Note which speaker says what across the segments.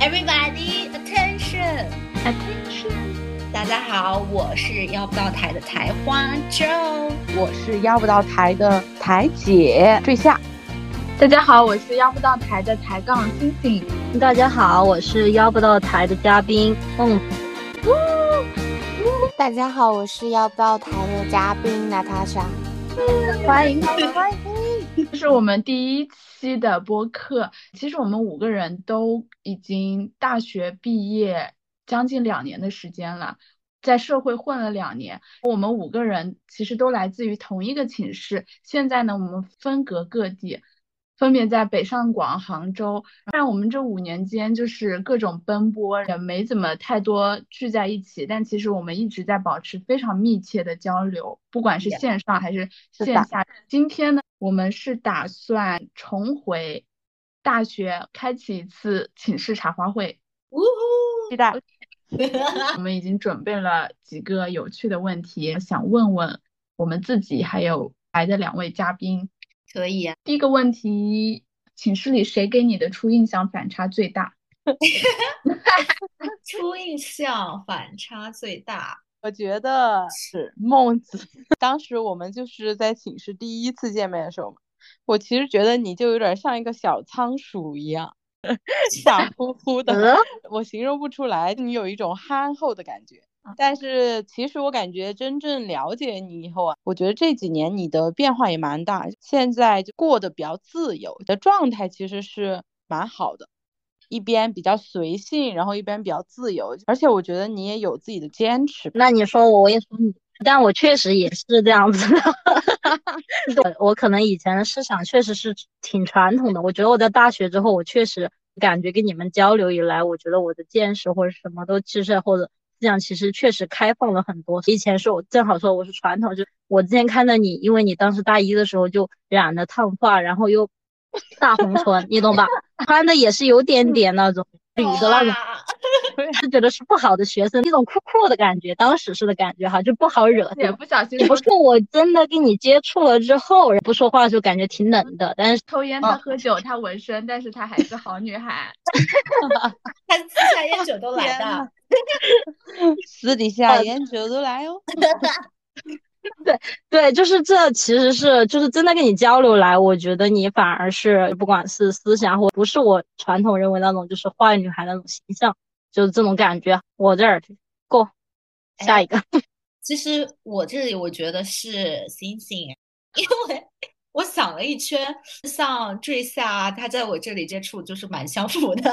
Speaker 1: Everybody, attention!
Speaker 2: 哎
Speaker 3: Attention，
Speaker 1: 大家好，我是要不到台的台花 Joe。
Speaker 2: 我是邀不到台的台姐坠下，
Speaker 3: 大家好，我是邀不到台的抬杠星星。
Speaker 4: 大家好，我是邀不到台的嘉宾梦。
Speaker 5: 大家好，我是要爆台的嘉宾娜塔莎。
Speaker 3: 欢 迎，欢迎，欢迎！这是我们第一期的播客。其实我们五个人都已经大学毕业将近两年的时间了，在社会混了两年。我们五个人其实都来自于同一个寝室。现在呢，我们分隔各地，分别在北上广、杭州。但我们这五年间就是各种奔波，也没怎么太多聚在一起。但其实我们一直在保持非常密切的交流，不管是
Speaker 1: Yeah.
Speaker 3: 线上还是
Speaker 2: 是
Speaker 3: 线
Speaker 2: 的
Speaker 3: 下。今天呢，我们是打算重回大学，开启一次寝室茶话会。
Speaker 1: 呜呼！
Speaker 2: 期待。
Speaker 3: 我们已经准备了几个有趣的问题，想问问我们自己还有来的两位嘉宾。
Speaker 1: 可以啊，
Speaker 3: 第一个问题，寝室里谁给你的初印象反差最大？
Speaker 1: 初印象反差最大。
Speaker 2: 我觉得是孟子。 当时我们就是在寝室第一次见面的时候嘛，我其实觉得你就有点像一个小仓鼠一样， 傻乎乎的，我形容不出来，你有一种憨厚的感觉。但是其实我感觉真正了解你以后啊，我觉得这几年你的变化也蛮大，现在就过得比较自由，你的状态其实是蛮好的。一边比较随性，然后一边比较自由，而且我觉得你也有自己的坚持。
Speaker 4: 那你说我，我也说你，但我确实也是这样子的。 你懂我可能以前的思想确实是挺传统的。我觉得我在大学之后，我确实感觉跟你们交流以来，我觉得我的见识或者什么都其实或者思想其实确实开放了很多。以前是我正好说我是传统，就我之前看到你，因为你当时大一的时候就染了烫发，然后又 大红唇，你懂吧？穿的也是有点点那种捋的那种。
Speaker 1: 哇
Speaker 4: 是觉得是不好的学生，一种酷酷的感觉，当时是的感觉哈，就不好惹。
Speaker 3: 也
Speaker 4: 对吧
Speaker 3: 不小心
Speaker 4: 也不
Speaker 3: 说
Speaker 4: 是我真的跟你接触了之后，不说话就感觉挺冷的，但是
Speaker 3: 抽烟，她
Speaker 2: 哦
Speaker 3: 喝酒，她纹身，但是她还是好女孩。
Speaker 1: 他私下烟酒都来
Speaker 2: 天
Speaker 1: 的
Speaker 2: 呐，私底下烟酒都来哦。
Speaker 4: 对，就是这其实是就是真的跟你交流来，我觉得你反而是不管是思想或不是我传统认为那种就是坏女孩那种形象，就是这种感觉。我这儿过下一个，
Speaker 1: 其实我这里我觉得是星星，因为我想了一圈，像坠下他在我这里接触就是蛮相符的。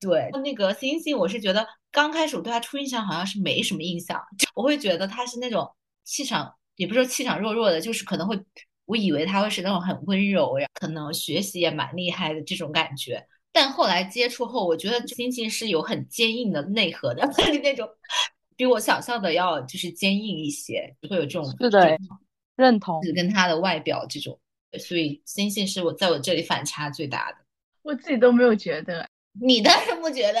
Speaker 1: 对，那个星星，我是觉得刚开始我对他初印象好像是没什么印象，我会觉得他是那种气场，也不是说气场弱弱的，就是可能会，我以为他会是那种很温柔，然后可能学习也蛮厉害的这种感觉。但后来接触后，我觉得星星是有很坚硬的内核的， 那种比我想象的要就是坚硬一些，会有这种
Speaker 2: 是的，认同。
Speaker 1: 只跟他的外表这种，所以星星是我在我这里反差最大的。
Speaker 3: 我自己都没有觉得。
Speaker 1: 你当然不觉得？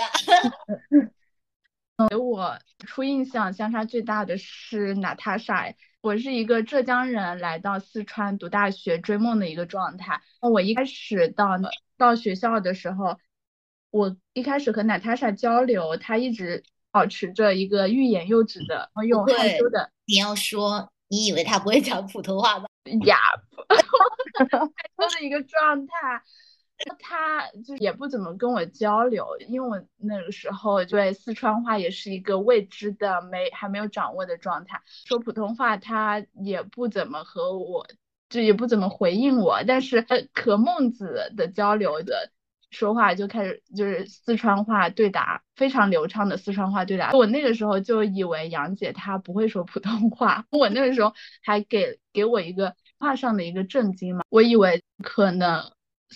Speaker 3: 初印象相差最大的是娜塔莎，我是一个浙江人，来到四川读大学追梦的一个状态。我一开始到到学校的时候，我一开始和娜塔莎交流，她一直保持着一个欲言又止的，然后用
Speaker 1: 不
Speaker 3: 害羞
Speaker 1: 会
Speaker 3: 的
Speaker 1: 你要说，你以为他不会讲普通话吗？
Speaker 3: 哑巴的一个状态。他就也不怎么跟我交流，因为我那个时候对四川话也是一个未知的、没还没有掌握的状态。说普通话，他也不怎么和我，就也不怎么回应我。但是呃，和孟子的交流的说话就开始就是四川话对答，非常流畅的四川话对答。我那个时候就以为杨姐她不会说普通话，我那个时候还给给我一个话上的一个震惊嘛，我以为可能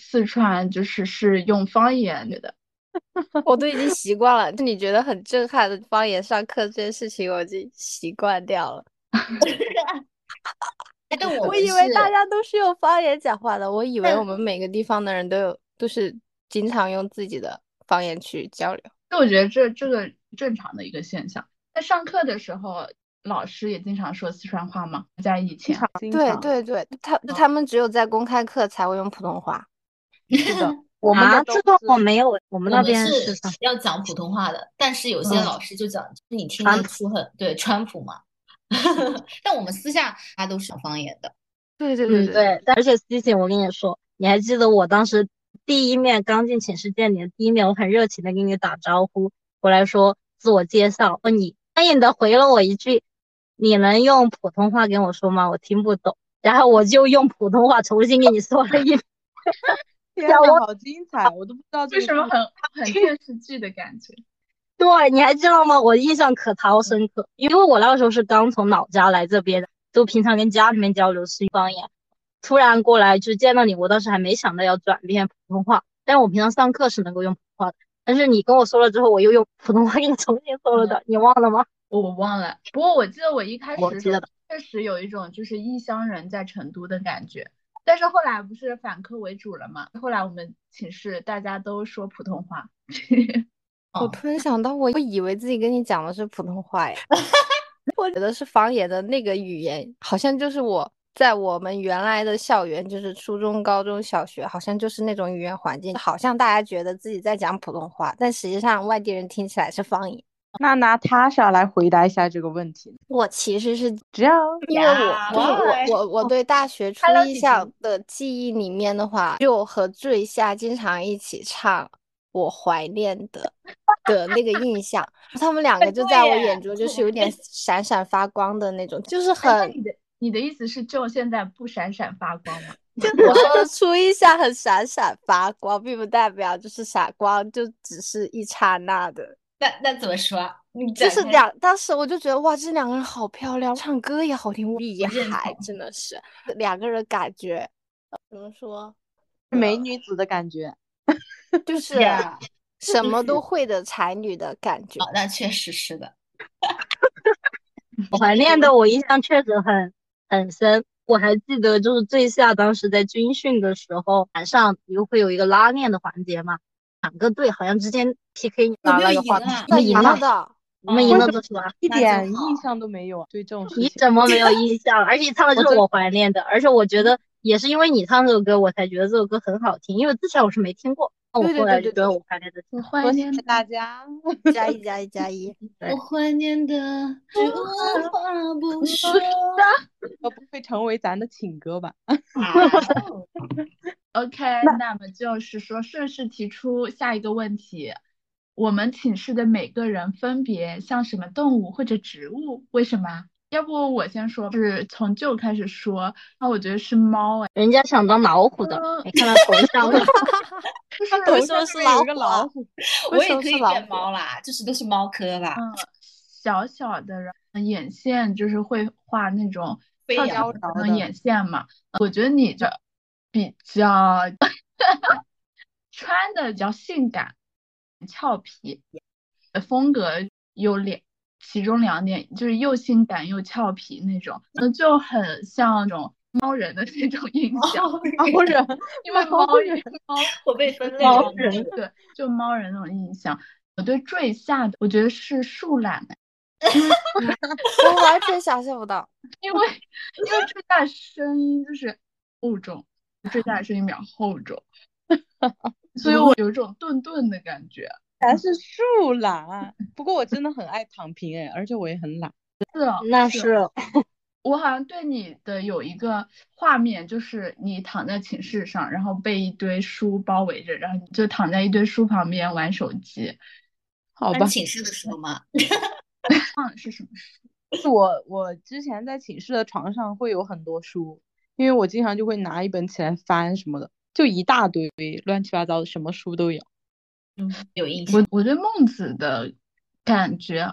Speaker 3: 四川就是是用方言的。
Speaker 5: 我都已经 习惯了，就你觉得很震撼的方言上课这件事情，我已经习惯掉了。
Speaker 1: 哎但我
Speaker 5: 我
Speaker 1: 们
Speaker 5: 以为
Speaker 1: 是
Speaker 5: 大家都是用方言讲话的，我以为
Speaker 1: 但
Speaker 5: 我们每个地方的人都有，都是经常用自己的方言去交流。
Speaker 3: 那我觉得这这个正常的一个现象。那上课的时候，老师也经常说四川话吗？在以前，
Speaker 2: 经
Speaker 5: 对
Speaker 2: 常
Speaker 5: 对对，他他们只有在公开课才会用普通话。
Speaker 2: 是的，我们
Speaker 4: 啊，
Speaker 2: 的都
Speaker 4: 这个
Speaker 2: 是
Speaker 4: 我没有，我们那边
Speaker 1: 是
Speaker 4: 什么？
Speaker 1: 要讲普通话的，但是有些
Speaker 4: 嗯
Speaker 1: 老师就讲，就是你听
Speaker 4: 川
Speaker 1: 得
Speaker 4: 普
Speaker 1: 出很，对，川普嘛。 但我们私下大家都是讲方言的，
Speaker 5: 对对
Speaker 4: 嗯，
Speaker 5: 对，
Speaker 4: 对，但而且 C 姐，我跟你说，你还记得我当时第一面刚进寝室见你的第一面，我很热情的跟你打招呼，我来说自我介绍，哦，你答应的回了我一句，你能用普通话跟我说吗？我听不懂，然后我就用普通话重新跟你说了一遍，
Speaker 2: 天
Speaker 4: 小
Speaker 2: 呐，
Speaker 4: 我
Speaker 2: 好精彩！我都不知道这
Speaker 3: 为
Speaker 2: 个
Speaker 3: 什么
Speaker 2: 故事
Speaker 3: 很很电视剧的感觉？
Speaker 4: 对，你还知道吗？我印象可超深刻，因为我那个时候是刚从老家来这边的，就平常跟家里面交流是方言，突然过来就见到你，我当时还没想到要转变普通话，但我平常上课是能够用普通话的，但是你跟我说了之后，我又用普通话给你重新说了的，你忘了吗？
Speaker 3: 我我忘了，不过我记得我一开
Speaker 4: 我
Speaker 3: 始
Speaker 4: 记得
Speaker 3: 的确实有一种就是异乡人在成都的感觉，但是后来不是反客为主了嘛？后来我们寝室大家都说普通话，
Speaker 5: 我
Speaker 1: 嗯，
Speaker 5: 突然想到，我以为自己跟你讲的是普通话呀，我觉得是方言的那个语言，好像就是我在我们原来的校园，就是初中、高中小学，好像就是那种语言环境，好像大家觉得自己在讲普通话，但实际上外地人听起来是方言。
Speaker 2: 那拿 Tasha 来回答一下这个问题，
Speaker 5: 我其实是
Speaker 2: 只要
Speaker 5: 因为
Speaker 1: 呀
Speaker 5: 我对
Speaker 1: 哇
Speaker 5: 我我我对大学初
Speaker 3: Hello，
Speaker 5: 印
Speaker 3: 姐
Speaker 5: 象
Speaker 3: 姐
Speaker 5: 的记忆里面的话，就和坠下经常一起唱《我怀念的》的那个印象，他们两
Speaker 3: 哎
Speaker 5: 个就
Speaker 3: 对
Speaker 5: 在我
Speaker 3: 耶
Speaker 5: 眼中就是
Speaker 3: 我
Speaker 5: 有点
Speaker 3: 对
Speaker 5: 闪闪发光的那种，就是
Speaker 3: 哎那
Speaker 5: 很
Speaker 3: 你的你的意思是就现在不闪闪发光吗？
Speaker 5: 就我说的初印象很闪闪发光，并不代表就是闪光，就只是一刹那的。
Speaker 1: 那那怎么说啊？你
Speaker 5: 就
Speaker 1: 展
Speaker 5: 是
Speaker 1: 开
Speaker 5: 两，当时我就觉得哇，这两个人好漂亮，唱歌也好听，厉
Speaker 1: 认
Speaker 5: 害，
Speaker 1: 同
Speaker 5: 真的是两个人感觉呃怎么说，
Speaker 2: 美女子的感觉，
Speaker 5: 就是
Speaker 1: 呀，
Speaker 5: 什么
Speaker 1: 是
Speaker 5: 都会的才女的感觉。
Speaker 1: 哦那确实是的。
Speaker 4: 我怀念的，我印象确实很很深。我还记得，就是最下当时在军训的时候，晚上又会有一个拉练的环节嘛，两个队好像之间 PK
Speaker 1: 有
Speaker 4: 拿
Speaker 1: 没
Speaker 4: 了
Speaker 1: 有
Speaker 4: 个
Speaker 1: 赢
Speaker 4: 话筒，
Speaker 1: 啊？
Speaker 4: 你
Speaker 5: 那
Speaker 4: 们
Speaker 5: 赢
Speaker 4: 赢
Speaker 1: 哦
Speaker 5: 了的，
Speaker 2: 为
Speaker 4: 了，你们赢了
Speaker 2: 什
Speaker 4: 多少？
Speaker 2: 一
Speaker 1: 那就
Speaker 2: 点
Speaker 1: 好
Speaker 2: 印象都没有。对这种事
Speaker 4: 你
Speaker 2: 情，
Speaker 4: 怎么没有印象？而且你唱的
Speaker 2: 我
Speaker 4: 就是
Speaker 2: 对
Speaker 4: 我怀念的，而且我觉得也是因为你唱这首歌，我才觉得这首歌很好听，因为之前我是没听过，那我
Speaker 5: 对对
Speaker 4: 后来
Speaker 5: 对对
Speaker 4: 就觉得
Speaker 5: 对
Speaker 4: 我怀念的挺
Speaker 3: 我
Speaker 4: 好。
Speaker 3: 怀
Speaker 2: 多谢
Speaker 3: 念的
Speaker 2: 大家。
Speaker 5: 加一加一加 一，
Speaker 4: 对
Speaker 1: 我怀念的是无话不说。
Speaker 2: 要不会成为咱的请歌吧？
Speaker 1: 啊
Speaker 3: OK，那么就是说，顺势提出下一个问题：我们寝室的每个人分别像什么动物或者植物？为什么？要不我先说，是从旧开始说。那我觉得是猫，哎，
Speaker 4: 人家想当老虎的，
Speaker 3: 嗯
Speaker 4: 没看到头像吗？
Speaker 3: 就是
Speaker 5: 头
Speaker 3: 我
Speaker 5: 上
Speaker 3: 想
Speaker 5: 是
Speaker 3: 这边有一
Speaker 5: 老
Speaker 3: 个
Speaker 5: 虎啊
Speaker 3: 老虎，
Speaker 1: 我
Speaker 5: 为
Speaker 1: 也
Speaker 5: 什
Speaker 1: 可
Speaker 5: 么是
Speaker 1: 以
Speaker 5: 老
Speaker 1: 变
Speaker 5: 虎
Speaker 1: 猫啦，就是都是猫科啦，
Speaker 3: 嗯，小小的，然后眼线就是会画那种
Speaker 1: 飞
Speaker 3: 跳
Speaker 1: 扬
Speaker 3: 跳
Speaker 1: 的
Speaker 3: 的眼线嘛。我觉得你这比较穿的比较性感、俏皮，呃风格有两，其中两点就是又性感又俏皮那种，那就很像那种猫人的那种印
Speaker 1: 哦
Speaker 3: 象，
Speaker 2: 啊不是，
Speaker 3: 因为
Speaker 2: 猫
Speaker 3: 猫
Speaker 2: 人
Speaker 3: 人猫
Speaker 1: 我被分类
Speaker 4: 猫
Speaker 1: 了。
Speaker 4: 人
Speaker 3: 对，就猫人那种印象。我对坠下的，我觉得是树懒，
Speaker 5: 我完全想象不到。
Speaker 3: 因为因为最大声音就是厚重，最大声音比较厚重，所以我有一种顿顿的感觉。
Speaker 2: 咱是树懒。不过我真的很爱躺平哎，而且我也很懒。
Speaker 3: 是啊，
Speaker 4: 那
Speaker 3: 是
Speaker 4: 是
Speaker 3: 我好像对你的有一个画面，就是你躺在寝室上，然后被一堆书包围着，然后你就躺在一堆书旁边玩手机。
Speaker 2: 好吧
Speaker 1: 搬，寝室的时候嘛，
Speaker 3: 忘了是什么书？
Speaker 2: 我我之前在寝室的床上会有很多书，因为我经常就会拿一本起来翻什么的，就一大堆乱七八糟的，什么书都有。
Speaker 1: 嗯，有印象。
Speaker 3: 我我对孟子的感觉，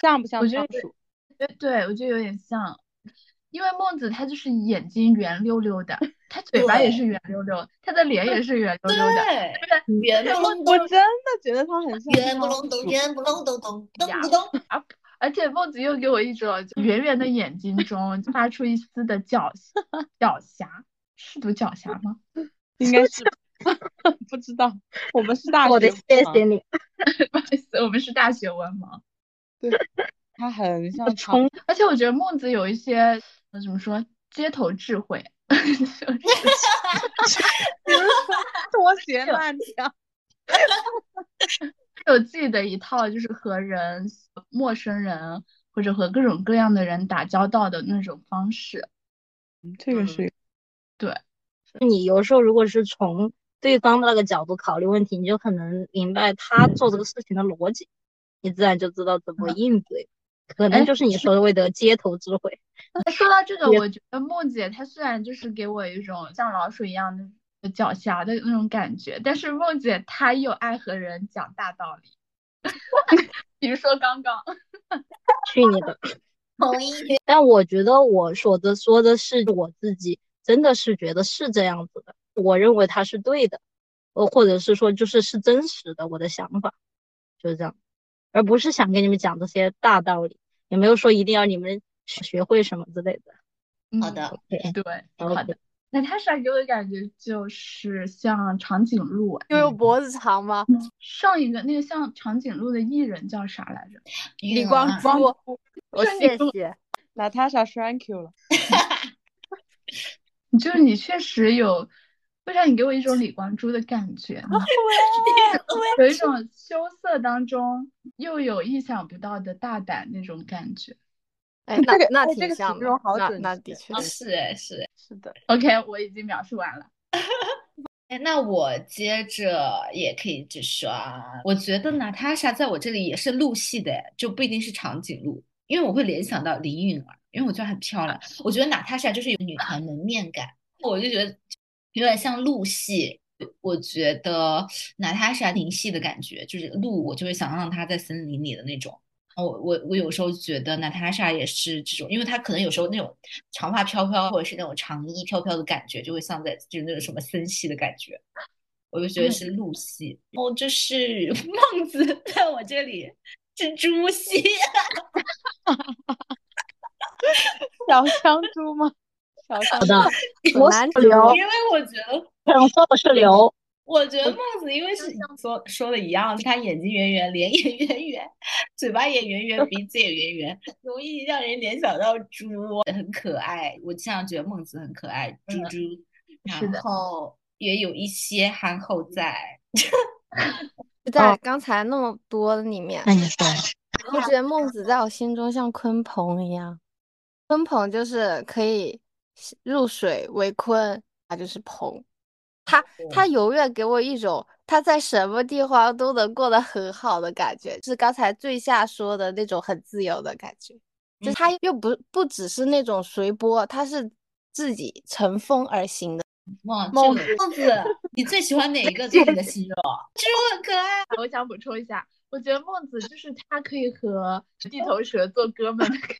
Speaker 2: 像不像
Speaker 3: 我觉
Speaker 2: 仓
Speaker 3: 得
Speaker 2: 鼠？
Speaker 3: 对对，我觉得有点像，因为孟子他就是眼睛圆溜溜的，他嘴巴也
Speaker 1: 对
Speaker 3: 是圆溜溜的，他的脸也是圆溜溜的。
Speaker 1: 对，圆不 隆
Speaker 2: 我
Speaker 1: 咚，
Speaker 2: 真的觉得它很像
Speaker 1: 圆不
Speaker 2: 仓
Speaker 1: 隆咚，
Speaker 2: 鼠。
Speaker 1: 圆不隆咚咚咚
Speaker 3: 呀
Speaker 1: 不咚。
Speaker 3: 啊，而且孟子又给我一种就圆圆的眼睛 中发出一丝的狡狡黠，是读狡黠吗？
Speaker 2: 应该是 不知道，我们是大
Speaker 4: 我的
Speaker 2: 学
Speaker 4: 谢
Speaker 2: 嘛
Speaker 4: 谢你，
Speaker 3: 不好意思，我们是大学文盲。
Speaker 2: 对，它很像
Speaker 4: 我
Speaker 2: 仓
Speaker 4: 冲
Speaker 3: 而且我觉得孟子有一些呃怎么说街头智慧，
Speaker 2: 拖鞋乱 跳，
Speaker 3: 有自己的一套，就是和人、陌生人或者和各种各样的人打交道的那种方式。
Speaker 2: 嗯这个是
Speaker 3: 对，
Speaker 4: 你有时候如果是从对方的那个角度考虑问题，你就很能明白他做这个事情的逻辑，你自然就知道怎么应对。可能就是你说的谓的街头智慧。
Speaker 3: 那说到这个，
Speaker 4: 也
Speaker 3: 我觉得梦姐她虽然就是给我一种像老鼠一样的呃狡黠的那种感觉，但是梦姐她又爱和人讲大道理， 比如说刚刚，
Speaker 4: 去你的！
Speaker 1: 同意。
Speaker 4: 但我觉得我说的说的是我自己，真的是觉得是这样子的，我认为他是对的，呃，或者是说就是是真实的我的想法，就是这样，而不是想跟你们讲这些大道理，也没有说一定要你们学学会什么之类的。
Speaker 1: 好的，
Speaker 4: OK，
Speaker 3: 嗯对，
Speaker 4: OK
Speaker 3: 好的。那他莎给我的感觉就是像长颈鹿，
Speaker 5: 因为我
Speaker 3: 嗯
Speaker 5: 脖子长嘛，
Speaker 3: 上一个那个像长颈鹿的艺人叫啥来着？
Speaker 5: 李
Speaker 1: 云
Speaker 5: 光
Speaker 1: 儿
Speaker 5: 洙，我
Speaker 3: 是
Speaker 5: 谢
Speaker 3: 你 说
Speaker 5: 谢。
Speaker 2: 娜塔莎 thank you 了，
Speaker 3: 就是你确实有，为啥你给我一种李光洙的感觉呢？有一种羞涩当中又有意想不到的大胆那种感觉。
Speaker 5: 哎，
Speaker 2: 这
Speaker 5: 那
Speaker 2: 个
Speaker 5: 那
Speaker 2: 哎这
Speaker 5: 挺
Speaker 2: 个
Speaker 5: 像
Speaker 2: 形
Speaker 5: 的
Speaker 2: 容好，
Speaker 5: 那
Speaker 2: 准
Speaker 5: 那
Speaker 2: 确
Speaker 5: 的确
Speaker 1: 啊，是哎是哎
Speaker 2: 是的，
Speaker 3: OK，我已经描述完了。
Speaker 1: 哎，那我接着也可以继续啊。我觉得娜塔啊莎在我这里也是露戏的哎，就不一定是长颈鹿，因为我会联想到林允儿，因为我觉得很漂亮。我觉得娜塔莎就是有女团门面感，我就觉得有点像露戏。我觉得娜塔莎林系啊的感觉，就是鹿，我就会想让她在森林里的那种。我我我有时候觉得娜塔莎也是这种，因为她可能有时候那种长发飘飘，或者是那种长衣飘飘的感觉，就会像在就是那种什么森系的感觉，我就觉得是鹿系。然后就是 孟子在我这里是猪系，
Speaker 2: 小香猪吗？小香猪
Speaker 4: 好的，
Speaker 5: 很
Speaker 4: 我
Speaker 5: 难
Speaker 4: 是
Speaker 5: 形
Speaker 4: 刘
Speaker 5: 容，
Speaker 1: 因为我觉得
Speaker 4: 想说我是刘，
Speaker 1: 我觉得孟子因为是像说说的一样，他眼睛圆圆，脸 也圆圆，嘴巴也圆圆，鼻子也圆圆，容易让人联想到猪，很可爱。我经常觉得孟子很可爱，猪猪，
Speaker 3: 是的
Speaker 1: 然后也有一些憨厚在。
Speaker 5: 就在
Speaker 4: 嗯
Speaker 5: 刚才那么多的里面，
Speaker 4: 那你说
Speaker 5: 我觉得孟子在我心中像鲲鹏一样，鲲鹏就是可以入水为鲲，它就是鹏。他
Speaker 1: 嗯
Speaker 5: 他永远给我一种他在什么地方都能过得很好的感觉，就是刚才最下说的那种很自由的感觉。就是他又不不只是那种随波，他是自己乘风而行的。
Speaker 1: 哇，这
Speaker 5: 孟
Speaker 1: 个孟 子，你最喜欢哪一个？对 你的形容？
Speaker 3: 我想补充一下，我觉得孟子就是他可以和地头蛇做哥们的感觉。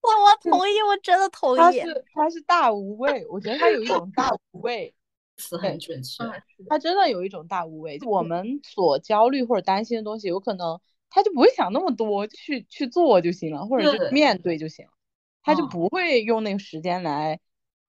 Speaker 5: 我我同意，我真的同
Speaker 2: 他
Speaker 5: 意。
Speaker 2: 是他是大无畏，我觉得他有一种大无畏，
Speaker 1: 词很准确。
Speaker 3: 嗯，是的，
Speaker 2: 他真的有一种大无畏。我们所焦虑或者担心的东西，有可能他就不会想那么多，去去做就行了，或者
Speaker 1: 对
Speaker 2: 是面对就行了，他就
Speaker 1: 嗯
Speaker 2: 不会用那个时间来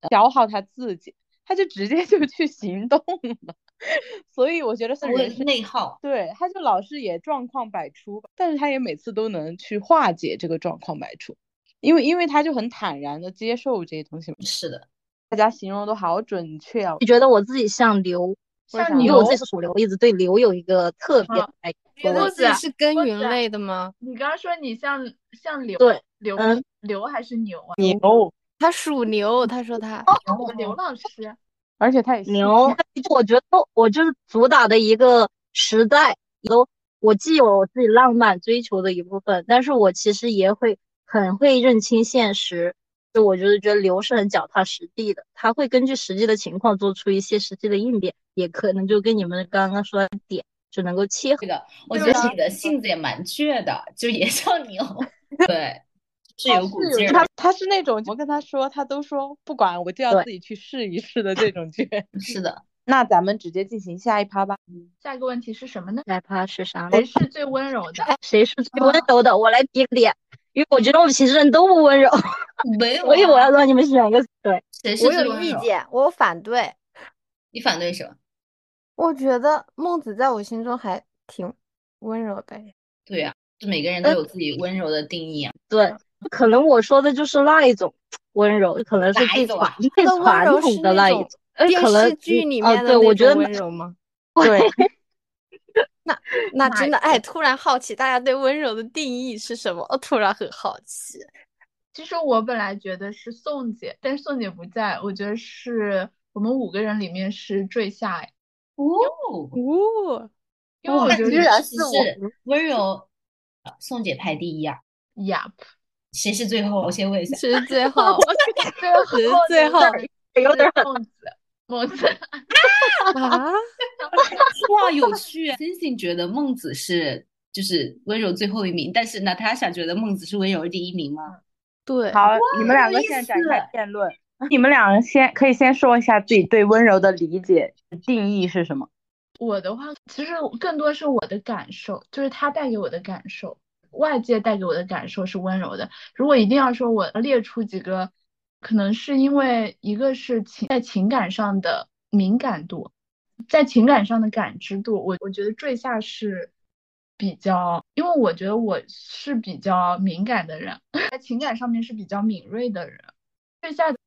Speaker 2: 呃消耗他自己，他就直接就去行动了。 所以我觉得是
Speaker 1: 不
Speaker 2: 人
Speaker 1: 会
Speaker 2: 生
Speaker 1: 内耗，
Speaker 2: 对，他就老是也状况百出吧，但是他也每次都能去化解这个状况百出，因为因为他就很坦然的接受这些东西嘛。
Speaker 1: 是的，
Speaker 2: 大家形容都好准确啊！
Speaker 4: 你觉得我自己像刘，
Speaker 2: 为啥
Speaker 3: 像
Speaker 4: 因
Speaker 3: 牛
Speaker 4: 为我自己是属刘，一直对刘有一个特别
Speaker 3: 啊
Speaker 4: 哎，
Speaker 5: 觉得
Speaker 3: 孟
Speaker 5: 自己
Speaker 3: 子
Speaker 5: 是耕
Speaker 3: 孟
Speaker 5: 耘
Speaker 3: 子
Speaker 5: 类的吗？
Speaker 3: 你刚刚说你像像刘
Speaker 4: 对
Speaker 3: 刘
Speaker 4: 嗯
Speaker 3: 刘还是牛啊？
Speaker 2: 牛，
Speaker 5: 他属牛，他说他
Speaker 3: 我们刘老师，
Speaker 2: 而且他也是
Speaker 4: 牛，我觉得我就是主打的一个时代，都我既有我自己浪漫追求的一部分，但是我其实也会很会认清现实，就我就是觉得刘是很脚踏实地的，他会根据实际的情况做出一些实际的应变，也可能就跟你们刚刚说的点就能够切合。
Speaker 1: 我觉
Speaker 3: 对
Speaker 1: 得
Speaker 3: 啊
Speaker 1: 你的性子也蛮倔的，就也像牛， 对，是
Speaker 2: 他
Speaker 1: 有股
Speaker 2: 是
Speaker 1: 劲
Speaker 2: 有
Speaker 1: 儿
Speaker 2: 他他是那种我跟他说，他都说不管，我就要
Speaker 4: 对
Speaker 2: 自己去试一试 的这种倔。
Speaker 1: 的，是的，
Speaker 2: 那咱们直接进行下一趴吧。
Speaker 3: 下一个问题是什么呢？
Speaker 4: 害怕是啥呢？
Speaker 3: 谁是最温柔的？
Speaker 4: 谁是最温柔的？我来提个点，因为我觉得我们其实人都不温柔，
Speaker 1: 没有
Speaker 4: 所以我
Speaker 1: 啊
Speaker 4: 要让你们选一个。对，
Speaker 1: 谁是
Speaker 5: 我
Speaker 1: 最
Speaker 5: 有
Speaker 1: 温
Speaker 5: 意
Speaker 1: 柔？
Speaker 5: 见，我反对。
Speaker 1: 你反对什么？
Speaker 5: 我觉得孟子在我心中还挺温柔的耶。
Speaker 1: 对呀、就每个人都有自己温柔的定义啊。
Speaker 4: 对，可能我说的就是那一种，温柔，可能是
Speaker 1: 哪
Speaker 4: 最
Speaker 1: 一种
Speaker 4: 传
Speaker 1: 啊
Speaker 4: 最
Speaker 5: 那温
Speaker 4: 传
Speaker 5: 柔
Speaker 4: 统
Speaker 5: 是
Speaker 4: 的
Speaker 5: 那
Speaker 4: 那一
Speaker 5: 种
Speaker 4: 种。呃，
Speaker 5: 电
Speaker 4: 可能
Speaker 5: 视剧
Speaker 4: 嗯
Speaker 5: 里
Speaker 4: 啊
Speaker 5: 面的
Speaker 4: 对，
Speaker 5: 那
Speaker 4: 我觉
Speaker 5: 种
Speaker 4: 得
Speaker 5: 温
Speaker 4: 那
Speaker 5: 柔 吗？
Speaker 2: 对，
Speaker 5: 那
Speaker 3: 哪
Speaker 5: 真的，
Speaker 3: 一
Speaker 5: 哎，突然好奇大家对温柔的定义是什么？我突然很好奇。
Speaker 3: 其实我本来觉得是宋姐，但是宋姐不在，我觉得是我们五个人里面是坠下哎，
Speaker 1: 哦，
Speaker 5: 哦，
Speaker 3: 因为我
Speaker 1: 那
Speaker 3: 觉得
Speaker 1: 你
Speaker 5: 居然
Speaker 1: 是
Speaker 5: 是我
Speaker 1: 温柔，呃宋姐排第一啊，
Speaker 3: 呀，
Speaker 1: 谁是最后？我先问一 下，
Speaker 5: 是最后，
Speaker 3: 最后
Speaker 5: 是最后
Speaker 4: 有点
Speaker 3: 是孟子，孟子，
Speaker 5: 啊，
Speaker 1: 哇， 有趣！Sensing 觉得孟子是就是温柔最后一名，但是娜塔莎觉得孟子是温柔第一名吗？
Speaker 5: 对，
Speaker 2: 好，你们两
Speaker 1: 有
Speaker 2: 个
Speaker 1: 意
Speaker 2: 现在展
Speaker 1: 思
Speaker 2: 开辩论，你们两个先可以先说一下自己对温柔的理解定义是什么？
Speaker 3: 我的话其实更多是我的感受，就是他带给我的感受，外界带给我的感受是温柔的。如果一定要说我列出几个，可能是因为一个是情在情感上的敏感度，在情感上的感知度，我我觉得坠下是比较，因为我觉得我是比较敏感的人， 在情感上面是比较敏锐的人。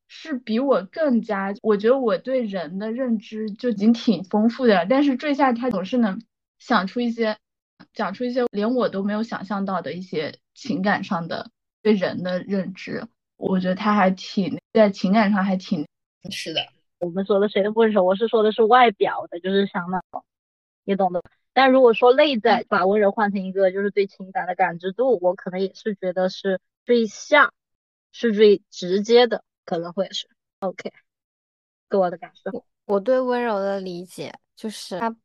Speaker 3: 是比我更加，我觉得我对人的认知就已经挺丰富的了，但是坠下他总是能想出一些，讲出一些连我都没有想象到的一些情感上的对人的认知，我觉得他还挺在情感上还挺
Speaker 1: 是的，
Speaker 4: 我们说的谁的温柔，我是说的是外表的，就是像那种，你懂的。但如果说内在，
Speaker 5: 嗯
Speaker 4: 把温柔换成一个就是对情感的感知度，我可能也是觉得是最像，是最直接的，可能会是 OK，给我的感受。
Speaker 5: 我对温柔的理解就是他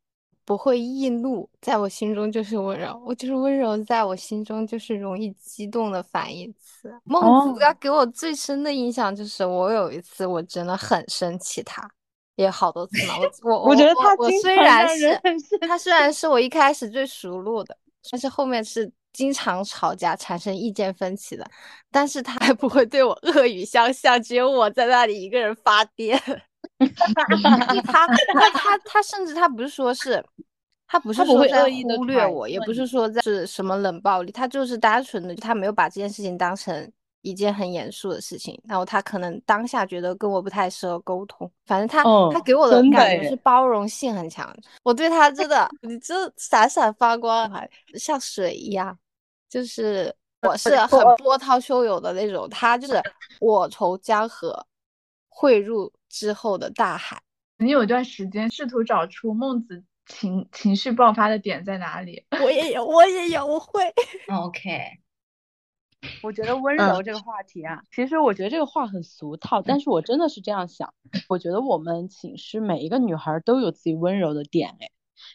Speaker 5: 不会易怒，在我心中就是温柔。我就是温柔，在我心中就是容易激动的反义词。孟
Speaker 2: 哦
Speaker 5: 子他给我最深的印象就是，我有一次我真的很生气他，也好多次嘛。我我
Speaker 2: 我觉得他
Speaker 5: 我我
Speaker 2: 经
Speaker 5: 虽
Speaker 2: 常
Speaker 5: 然
Speaker 2: 让人
Speaker 5: 是
Speaker 2: 很生
Speaker 5: 他虽然是我一开始最熟络的，但是后面是经常吵架，产生意见分歧的。但是他还不会对我恶语相向，只有我在那里一个人发癫。他 那他他甚至他不是说是，他不
Speaker 2: 他
Speaker 5: 是
Speaker 2: 不
Speaker 5: 说
Speaker 2: 会
Speaker 5: 在
Speaker 2: 恶意地
Speaker 5: 忽
Speaker 2: 揣
Speaker 5: 略我，也
Speaker 2: 测
Speaker 5: 不是
Speaker 2: 你
Speaker 5: 说在是什么冷暴力，他就是单纯的他没有把这件事情当成一件很严肃的事情，然后他可能当下觉得跟我不太适合沟通，反正他、
Speaker 2: 哦
Speaker 5: 他给我的
Speaker 2: 真的
Speaker 5: 感觉
Speaker 2: 耶
Speaker 5: 是包容性很强，我对他真的你这闪闪发光，还像水一样，就是
Speaker 2: 呃
Speaker 5: 我是很波涛汹涌的那种，他就是我从江河汇入之后的大海。
Speaker 3: 你有段时间试图找出孟子情情绪爆发的点在哪里，
Speaker 5: 我也有，我也有，我会。
Speaker 1: 嗯 OK，
Speaker 2: 我觉得温
Speaker 4: 嗯
Speaker 2: 柔这个话题啊，其实我觉得这个话很俗套，但是我真的是这样想。我觉得我们寝室每一个女孩都有自己温柔的点，哎，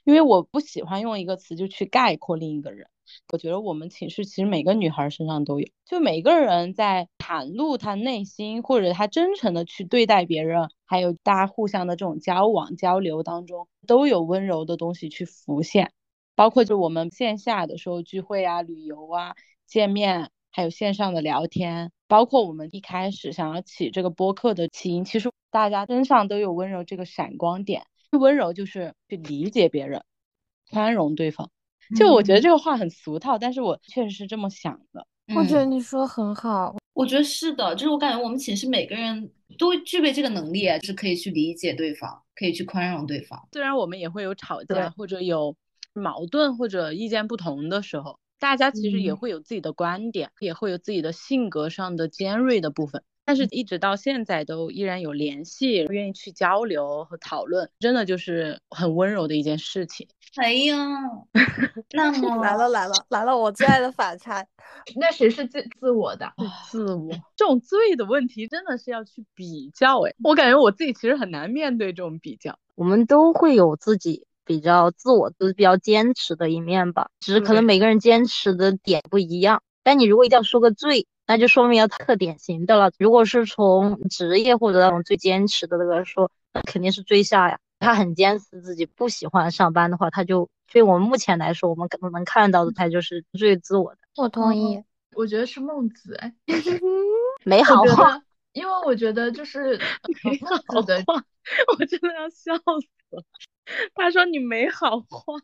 Speaker 2: 因为我不喜欢用一个词就去概括另一个人。我觉得我们寝室其实每个女孩身上都有，就每个人在袒露她内心或者她真诚的去对待别人，还有大家互相的这种交往交流当中，都有温柔的东西去浮现。包括就我们线下的时候聚会啊、旅游啊、见面，还有线上的聊天，包括我们一开始想要起这个播客的起因，其实大家身上都有温柔这个闪光点。温柔就是去理解别人，宽容对方。就我觉得这个话很俗套，但是我确实是这么想的。
Speaker 5: 我觉得
Speaker 1: 嗯，
Speaker 5: 你说很好，
Speaker 1: 我觉得是的，就是我感觉我们寝室每个人都具备这个能力，啊就是可以去理解对方，可以去宽容对方。
Speaker 2: 虽然我们也会有吵
Speaker 1: 对
Speaker 2: 架或者有矛盾或者意见不同的时候，大家其实也
Speaker 1: 嗯
Speaker 2: 会有自己的观点，也会有自己的性格上的尖锐的部分，但是一直到现在都依然有联系，愿意去交流和讨论，真的就是很温柔的一件事情。
Speaker 1: 哎 呀，那么
Speaker 5: 来了来了来了，我最爱的反差。
Speaker 3: 那谁是最自我的？
Speaker 2: 自我 这种罪的问题，真的是要去比较。哎，我感觉我自己其实很难面对这种比 较。
Speaker 4: 我们都会有自己比较自我、就是比较坚持的一面吧，只是可能
Speaker 2: 对
Speaker 4: 每个人坚持的点不一样。但你如果一定要说个最，那就说明要特典型的了。如果是从职业或者那种最坚持的那个说，那肯定是最下呀。他很坚持自己不喜欢上班的话，他就对我们目前来说，我们可能能看到的他就是最自我的
Speaker 5: 我同意。
Speaker 3: 我觉得是孟子哎。
Speaker 4: 美好
Speaker 3: 我觉
Speaker 4: 化。
Speaker 3: 得，因为我觉得就是 呃
Speaker 2: 没
Speaker 3: 孟
Speaker 2: 好
Speaker 3: 子的
Speaker 2: 话，我真的要笑 死了。他说你没好话，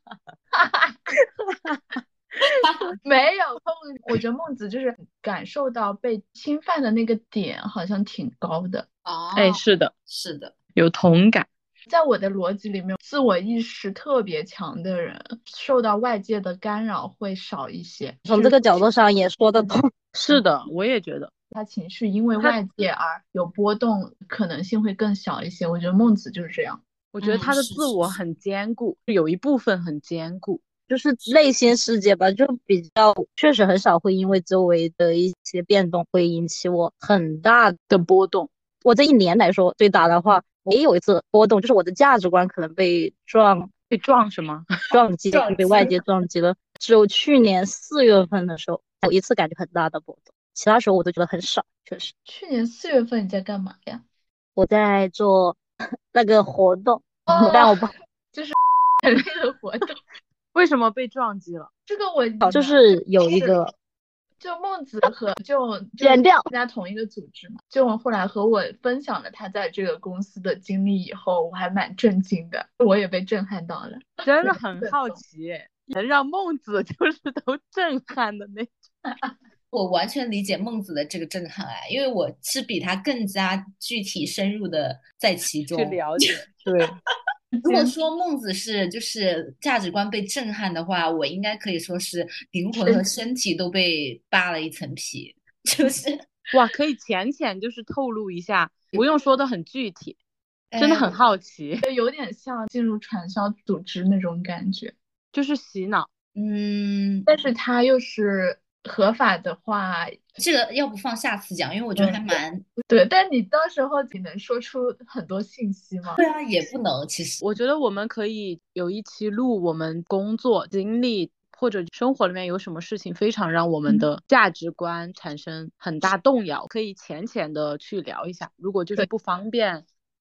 Speaker 3: 没有孟，我觉得孟子就是感受到被侵犯的那个点好像挺高的。
Speaker 1: 哦，
Speaker 2: 哎，是的，
Speaker 1: 是的，
Speaker 2: 有同感。
Speaker 3: 在我的逻辑里面，自我意识特别强的人，受到外界的干扰会少一些。
Speaker 4: 从这个角度上也说得通。
Speaker 2: 是
Speaker 1: 嗯
Speaker 2: 的，我也觉得。
Speaker 3: 他情绪因为外界而有波动，可能性会更小一些。我觉得孟子就是这样。
Speaker 2: 我觉得
Speaker 1: 嗯
Speaker 2: 他的
Speaker 1: 是
Speaker 2: 自
Speaker 1: 是
Speaker 2: 我
Speaker 1: 是
Speaker 2: 很坚固，有一部分很坚固。
Speaker 4: 就是内心世界吧，就比较确实很少会因为周围的一些变动会引起我很大。
Speaker 2: 的波动。
Speaker 4: 我这一年来说最大的话，我也有一次波动，就是我的价值观可能被撞
Speaker 2: 被撞是吗？
Speaker 4: 撞击，
Speaker 1: 撞
Speaker 4: 被
Speaker 1: 击
Speaker 4: 外界撞击了。只有去年四月份的时候，有一次感觉很大的波动，其他时候我都觉得很少。确实，
Speaker 3: 去年四月份你在干嘛呀？
Speaker 4: 我在做 那个活动，
Speaker 3: 哦
Speaker 4: 但我不
Speaker 3: 很累的活动，
Speaker 2: 为什么被撞击了？
Speaker 3: 这个我
Speaker 4: 就是有一个
Speaker 3: 就孟子和就就
Speaker 4: 剪掉
Speaker 3: 参加同一个组织嘛，就后来和我分享了他在这个公司的经历以后，我还蛮震惊的，我也被震撼到了。
Speaker 2: 真
Speaker 3: 对
Speaker 2: 的很
Speaker 3: 对
Speaker 2: 好
Speaker 3: 对
Speaker 2: 奇耶，能让孟子 就是都震撼的那种。
Speaker 1: 我完全理解孟子的这个震撼哎，因为我是比他更加具体深入的在其中。
Speaker 2: 解，对，
Speaker 1: 如果说孟子是就是价值观被震撼的话，我应该可以说是灵魂和身体都被扒了一层皮， 就是
Speaker 2: 哇，可以浅浅就是透露一下，不用说的很具体，真的
Speaker 1: 嗯哎
Speaker 2: 很好奇，
Speaker 3: 有点像进入传销组织那种感觉，
Speaker 2: 就是洗脑。
Speaker 1: 嗯，
Speaker 3: 但是他又是合法的话，
Speaker 1: 这个要不放下次讲，因为我觉得还
Speaker 3: 嗯
Speaker 1: 蛮
Speaker 3: 对，但你到时候你能说出很多信息吗？
Speaker 1: 对啊，也不能其 实
Speaker 2: 我觉得我们可以有一期录我们工作经历或者生活里面有什么事情非常让我们
Speaker 3: 嗯
Speaker 2: 的价值观产生很大动摇，可以浅浅的去聊一下。如果就是
Speaker 3: 对
Speaker 2: 不方便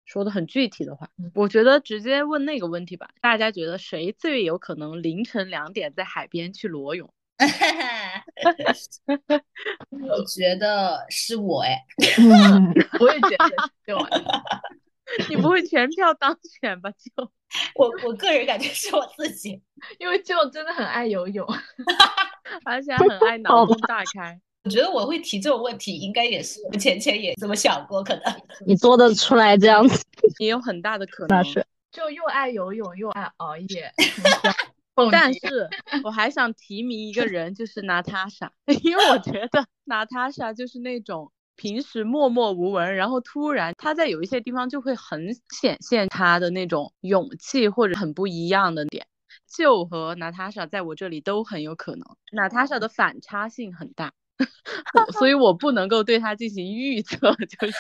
Speaker 2: 说的很具体的话，
Speaker 4: 嗯
Speaker 2: 我觉得直接问那个问题吧。大家觉得谁最有可能凌晨两点在海边去裸泳？
Speaker 1: 我觉得是我哎，
Speaker 3: 嗯，我也觉得是这样的。
Speaker 2: 你不会全票当选吧？就
Speaker 1: 我我个人感觉是我自己。
Speaker 3: 因为就真的很爱游洞，
Speaker 2: 而且还很爱脑洞大开。
Speaker 1: 我觉得我会提这种问题，应该也是我前前也这么想过，可能。
Speaker 4: 你做得出来这样子，
Speaker 2: 也有很大的可
Speaker 4: 那
Speaker 2: 能。
Speaker 4: 是
Speaker 3: 就又爱游泳又爱熬夜，嗯 蹦
Speaker 2: 但
Speaker 3: 迪
Speaker 2: 是我还想提名一个人，就是娜塔莎， 因为我觉得娜塔莎就是那种平时默默无闻，然后突然她在有一些地方就会很显现她的那种勇气或者很不一样的点。就和娜塔莎在我这里都很有可能，娜塔莎的反差性很大， 我所以我不能够对她进行预测， 就是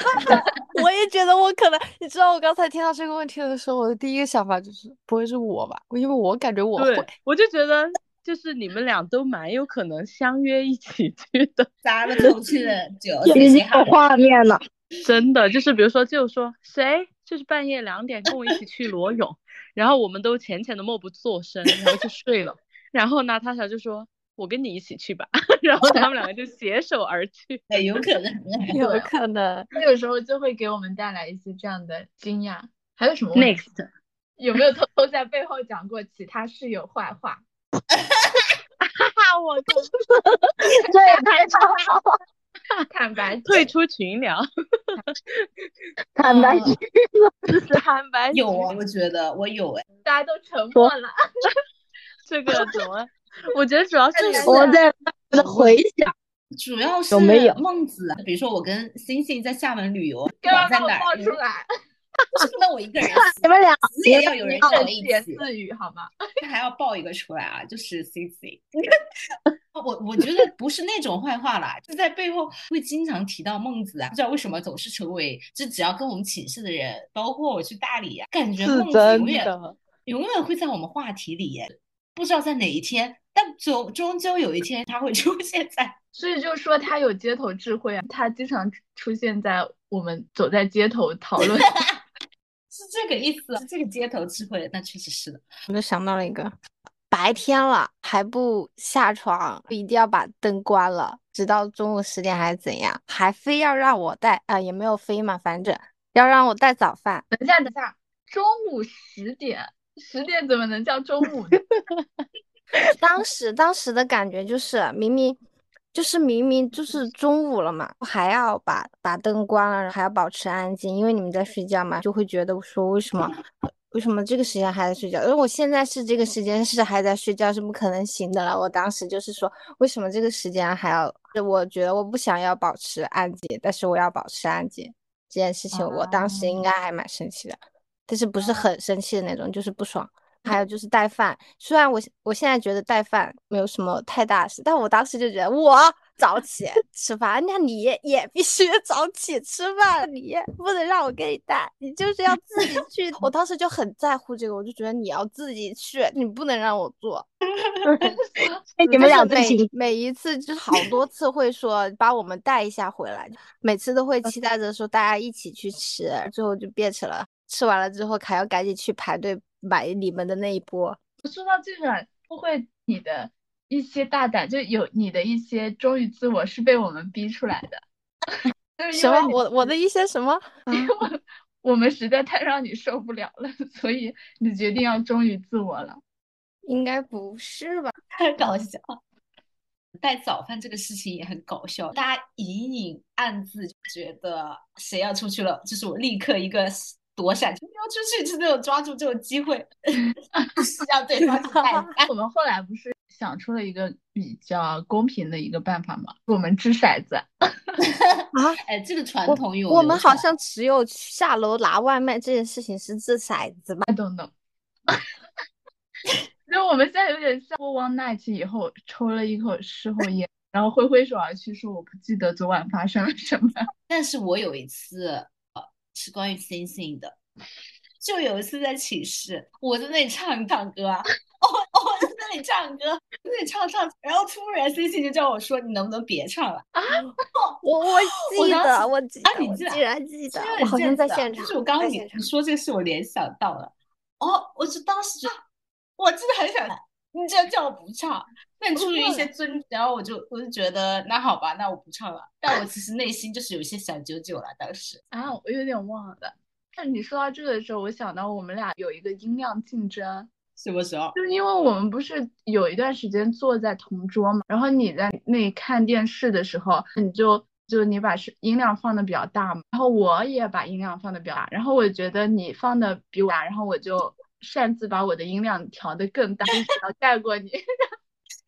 Speaker 5: 我也觉得我可能，你知道我刚才听到这个问题的时候，我的第一个想法就是不会是我吧？因为我感觉我会
Speaker 2: 对，我就觉得就是你们俩都蛮有可能相约一起去的。
Speaker 1: 咱们出去的酒，
Speaker 4: 已
Speaker 1: 谁
Speaker 4: 经
Speaker 1: 谁好
Speaker 4: 有画面了。
Speaker 2: 真的就是，比如说，就说谁就是半夜两点跟我一起去裸泳，然后我们都浅浅的默不作声，然后就睡了。然后娜塔莎就说：“我跟你一起去吧。” 然后他们两个就携手而去。
Speaker 1: 对，有可 能。
Speaker 5: 有可能。
Speaker 3: 那个时候就会给我们带来一些这样的惊讶。还有什么问题
Speaker 2: Next，
Speaker 3: 有没有偷偷在背后讲过其他室友坏话？
Speaker 2: 哈，我靠，
Speaker 4: 这也太差了，
Speaker 3: 坦白
Speaker 2: 退出群聊，
Speaker 4: 坦白
Speaker 1: 嗯
Speaker 2: 坦白
Speaker 1: 有啊，我觉得我有哎，
Speaker 3: 大家都沉默了。
Speaker 2: 这个怎么？我觉得主要是
Speaker 3: 这个
Speaker 4: 我在回想，
Speaker 1: 主要是
Speaker 4: 有没有
Speaker 1: 孟子啊？比如说我跟星星在厦门旅游，不
Speaker 3: 干嘛
Speaker 1: 管在
Speaker 3: 把我
Speaker 1: 哪
Speaker 3: 爆
Speaker 1: 儿，
Speaker 3: 啊出来？
Speaker 1: 不是那我一个人
Speaker 4: 你们俩
Speaker 1: 死也要有人跟我
Speaker 3: 自
Speaker 1: 一
Speaker 3: 言
Speaker 1: 起，
Speaker 3: 自语好吗？
Speaker 1: 还要爆一个出来啊，就是星 星。我我觉得不是那种坏话啦，就在背后会经常提到孟子啊，不知道为什么总是成为，就只要跟我们寝室的人，包括我去大理啊，感觉
Speaker 2: 是
Speaker 1: 孟子
Speaker 2: 真
Speaker 1: 永远
Speaker 2: 的，
Speaker 1: 永远会在我们话题里耶，不知道在哪一天，但终终究有一天他会出现在。
Speaker 3: 所以就说他有街头智慧啊，他经常出现在我们走在街头讨论。
Speaker 1: 是这个意思啊，是这个街头智慧，那确实是的。
Speaker 5: 我就想到了一个，白天了还不下床，一定要把灯关了，直到中午十点还是怎样，还非要让我带啊、也没有非嘛，反正要让我带早饭。
Speaker 3: 等 一下，等一下，中午十点，十点怎么能叫中午呢？
Speaker 5: 当时当时的感觉就是明明。就是明明就是中午了嘛，还要把把灯关了，还要保持安静，因为你们在睡觉嘛，就会觉得说为什么为什么这个时间还在睡觉？因为我现在是这个时间是还在睡觉是不可能行的了。我当时就是说，为什么这个时间还要？我觉得我不想要保持安静，但是我要保持安静这件事情，我当时应该还蛮生气的，但是不是很生气的那种，就是不爽。还有就是带饭，虽然我我现在觉得带饭没有什么太大事，但我当时就觉得我早起吃饭，那你也必须 早起吃饭，你不能让我给你带，你就是要自己去。我当时就很在乎这个，我就觉得你要自己去，你不能让我做。
Speaker 4: 你们俩
Speaker 5: 就是
Speaker 4: 在一
Speaker 5: 每
Speaker 4: 起
Speaker 5: 每一次就是好多次会说把我们带一下回来，每次都会期待着说大家一起去吃，最后就变成了吃完了之后还要赶紧去排队买你们的那一波。
Speaker 3: 说到这个，不会你的一些大胆，就有你的一些忠于自我是被我们逼出来的， 就是
Speaker 5: 什
Speaker 3: 因为
Speaker 5: 么？
Speaker 3: 你
Speaker 5: 啊我我的一些什么？
Speaker 3: 因为我我们实在太让你受不了 了，所以你决定要忠于自我了。
Speaker 5: 应该不是吧？
Speaker 1: 太搞笑了。带早饭这个事情也很搞笑，大家隐隐暗自觉得谁要出去了，就是我立刻一个躲闪，就不要出去，就那种抓住这种机会， 就是让对方去带 饭。
Speaker 3: 哎我们后来不是想出了一个比较公平的一个办法吗？ 我们掷骰子，
Speaker 1: 哎，这个传统有
Speaker 5: 我们
Speaker 1: 流传
Speaker 5: 好像只有去下楼拿外卖这件事情是掷骰子吧？
Speaker 3: 就我们现在有点像 one night 以后抽了一口事后烟， 然后挥挥手而去，说我不记得昨晚发生了什么。
Speaker 1: 但是我有一次，呃，是关于星星的，就有一次在寝室，我在那里唱唱歌啊，我我在那里唱歌，在那里唱唱，然后突然星星就叫我说：“你能不能别唱了？”
Speaker 5: 哦我我
Speaker 1: 我
Speaker 5: 记
Speaker 1: 当时
Speaker 5: 得，我记得，
Speaker 1: 啊你
Speaker 5: 我
Speaker 1: 记得
Speaker 5: 竟然记得
Speaker 1: 真的，
Speaker 5: 我
Speaker 1: 很
Speaker 5: 好像
Speaker 1: 见
Speaker 5: 在
Speaker 1: 识啊
Speaker 5: 现
Speaker 1: 就
Speaker 5: 场，
Speaker 1: 是我刚
Speaker 5: 在
Speaker 1: 刚你
Speaker 5: 现场
Speaker 1: 你说这个事，我联想到了，哦，我就当时就， 我真的很想，你这叫我不唱，但出于一些尊重，然后我就我就觉得那好吧，那我不唱了。但我其实内心就是有一些小九九了，当时
Speaker 3: 啊，我有点忘了。但你说到这个的时候，我想到我们俩有一个音量竞争，
Speaker 1: 什么时候？
Speaker 3: 就是因为我们不是有一段时间坐在同桌嘛，然后你在那里看电视的时候，你就就你把是音量放的比较大嘛，然后我也把音量放的比较大，然后我觉得你放的比我大，然后我就擅自把我的音量调的更大，就是要盖过你。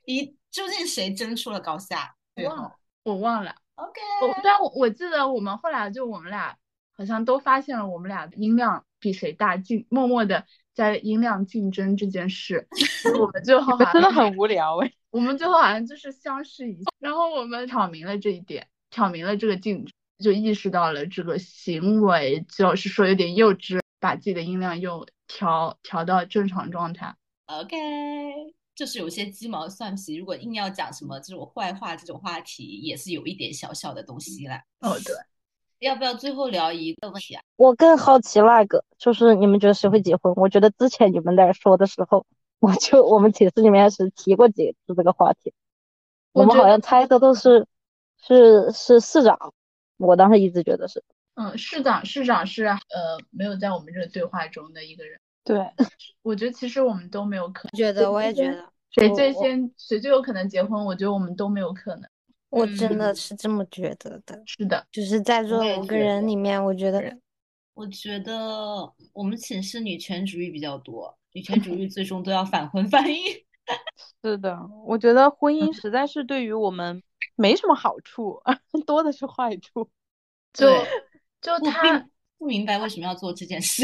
Speaker 1: 一究竟谁争出了高下？最
Speaker 3: 忘
Speaker 1: 后
Speaker 3: 了，我忘了。
Speaker 1: ，OK，
Speaker 3: 我但我我记得我们后来就我们俩好像都发现了我们俩的音量比谁大，竞默默的在音量竞争这件事，所以我们最后好
Speaker 2: 真的
Speaker 3: 像
Speaker 2: 很无聊哎。
Speaker 3: 我们最后好像就是相视一笑，然后我们挑明了这一点，挑明了这个竞争，就意识到了这个行为就是说有点幼稚，把自己的音量又调调到正常状态。
Speaker 1: OK，就是有些鸡毛蒜皮，如果硬要讲什么这种坏话这种话题，也是有一点小小的东西
Speaker 5: 嗯
Speaker 1: 啦。
Speaker 3: 哦，对，
Speaker 1: 要不要最后聊一个问题啊？
Speaker 4: 我更好奇那个，就是你们觉得谁会结婚？我觉得之前你们在说的时候，我就我们寝室里面是提过几次这个话题，
Speaker 3: 我
Speaker 4: 我们
Speaker 3: 觉
Speaker 4: 好
Speaker 3: 得
Speaker 4: 像猜的都是是是市长，我当时一直觉得是，
Speaker 3: 嗯，市长市长是呃没有在我们这个对话中的一个人，
Speaker 2: 对，
Speaker 3: 我觉得其实我们都没有可能。
Speaker 5: 觉得我也觉
Speaker 3: 先
Speaker 5: 得，
Speaker 3: 谁
Speaker 5: 我
Speaker 3: 最
Speaker 5: 我
Speaker 3: 先谁最有可能结婚？我觉得我们都没有可能。
Speaker 5: 我真
Speaker 1: 嗯
Speaker 5: 的是这么觉得的。
Speaker 3: 是的，
Speaker 5: 就是在座
Speaker 1: 也
Speaker 5: 五
Speaker 1: 觉
Speaker 5: 个人
Speaker 1: 得
Speaker 5: 里面，我觉得
Speaker 1: 我觉得我们寝室女权主义比较多，女权主义最终都要返婚翻译。
Speaker 2: 是的，我觉得婚姻实在是对于我们没什么好处， 多的是坏处。
Speaker 3: 就
Speaker 1: 对
Speaker 3: 就
Speaker 1: 我
Speaker 3: 他
Speaker 1: 并不明白为什么要做这件事。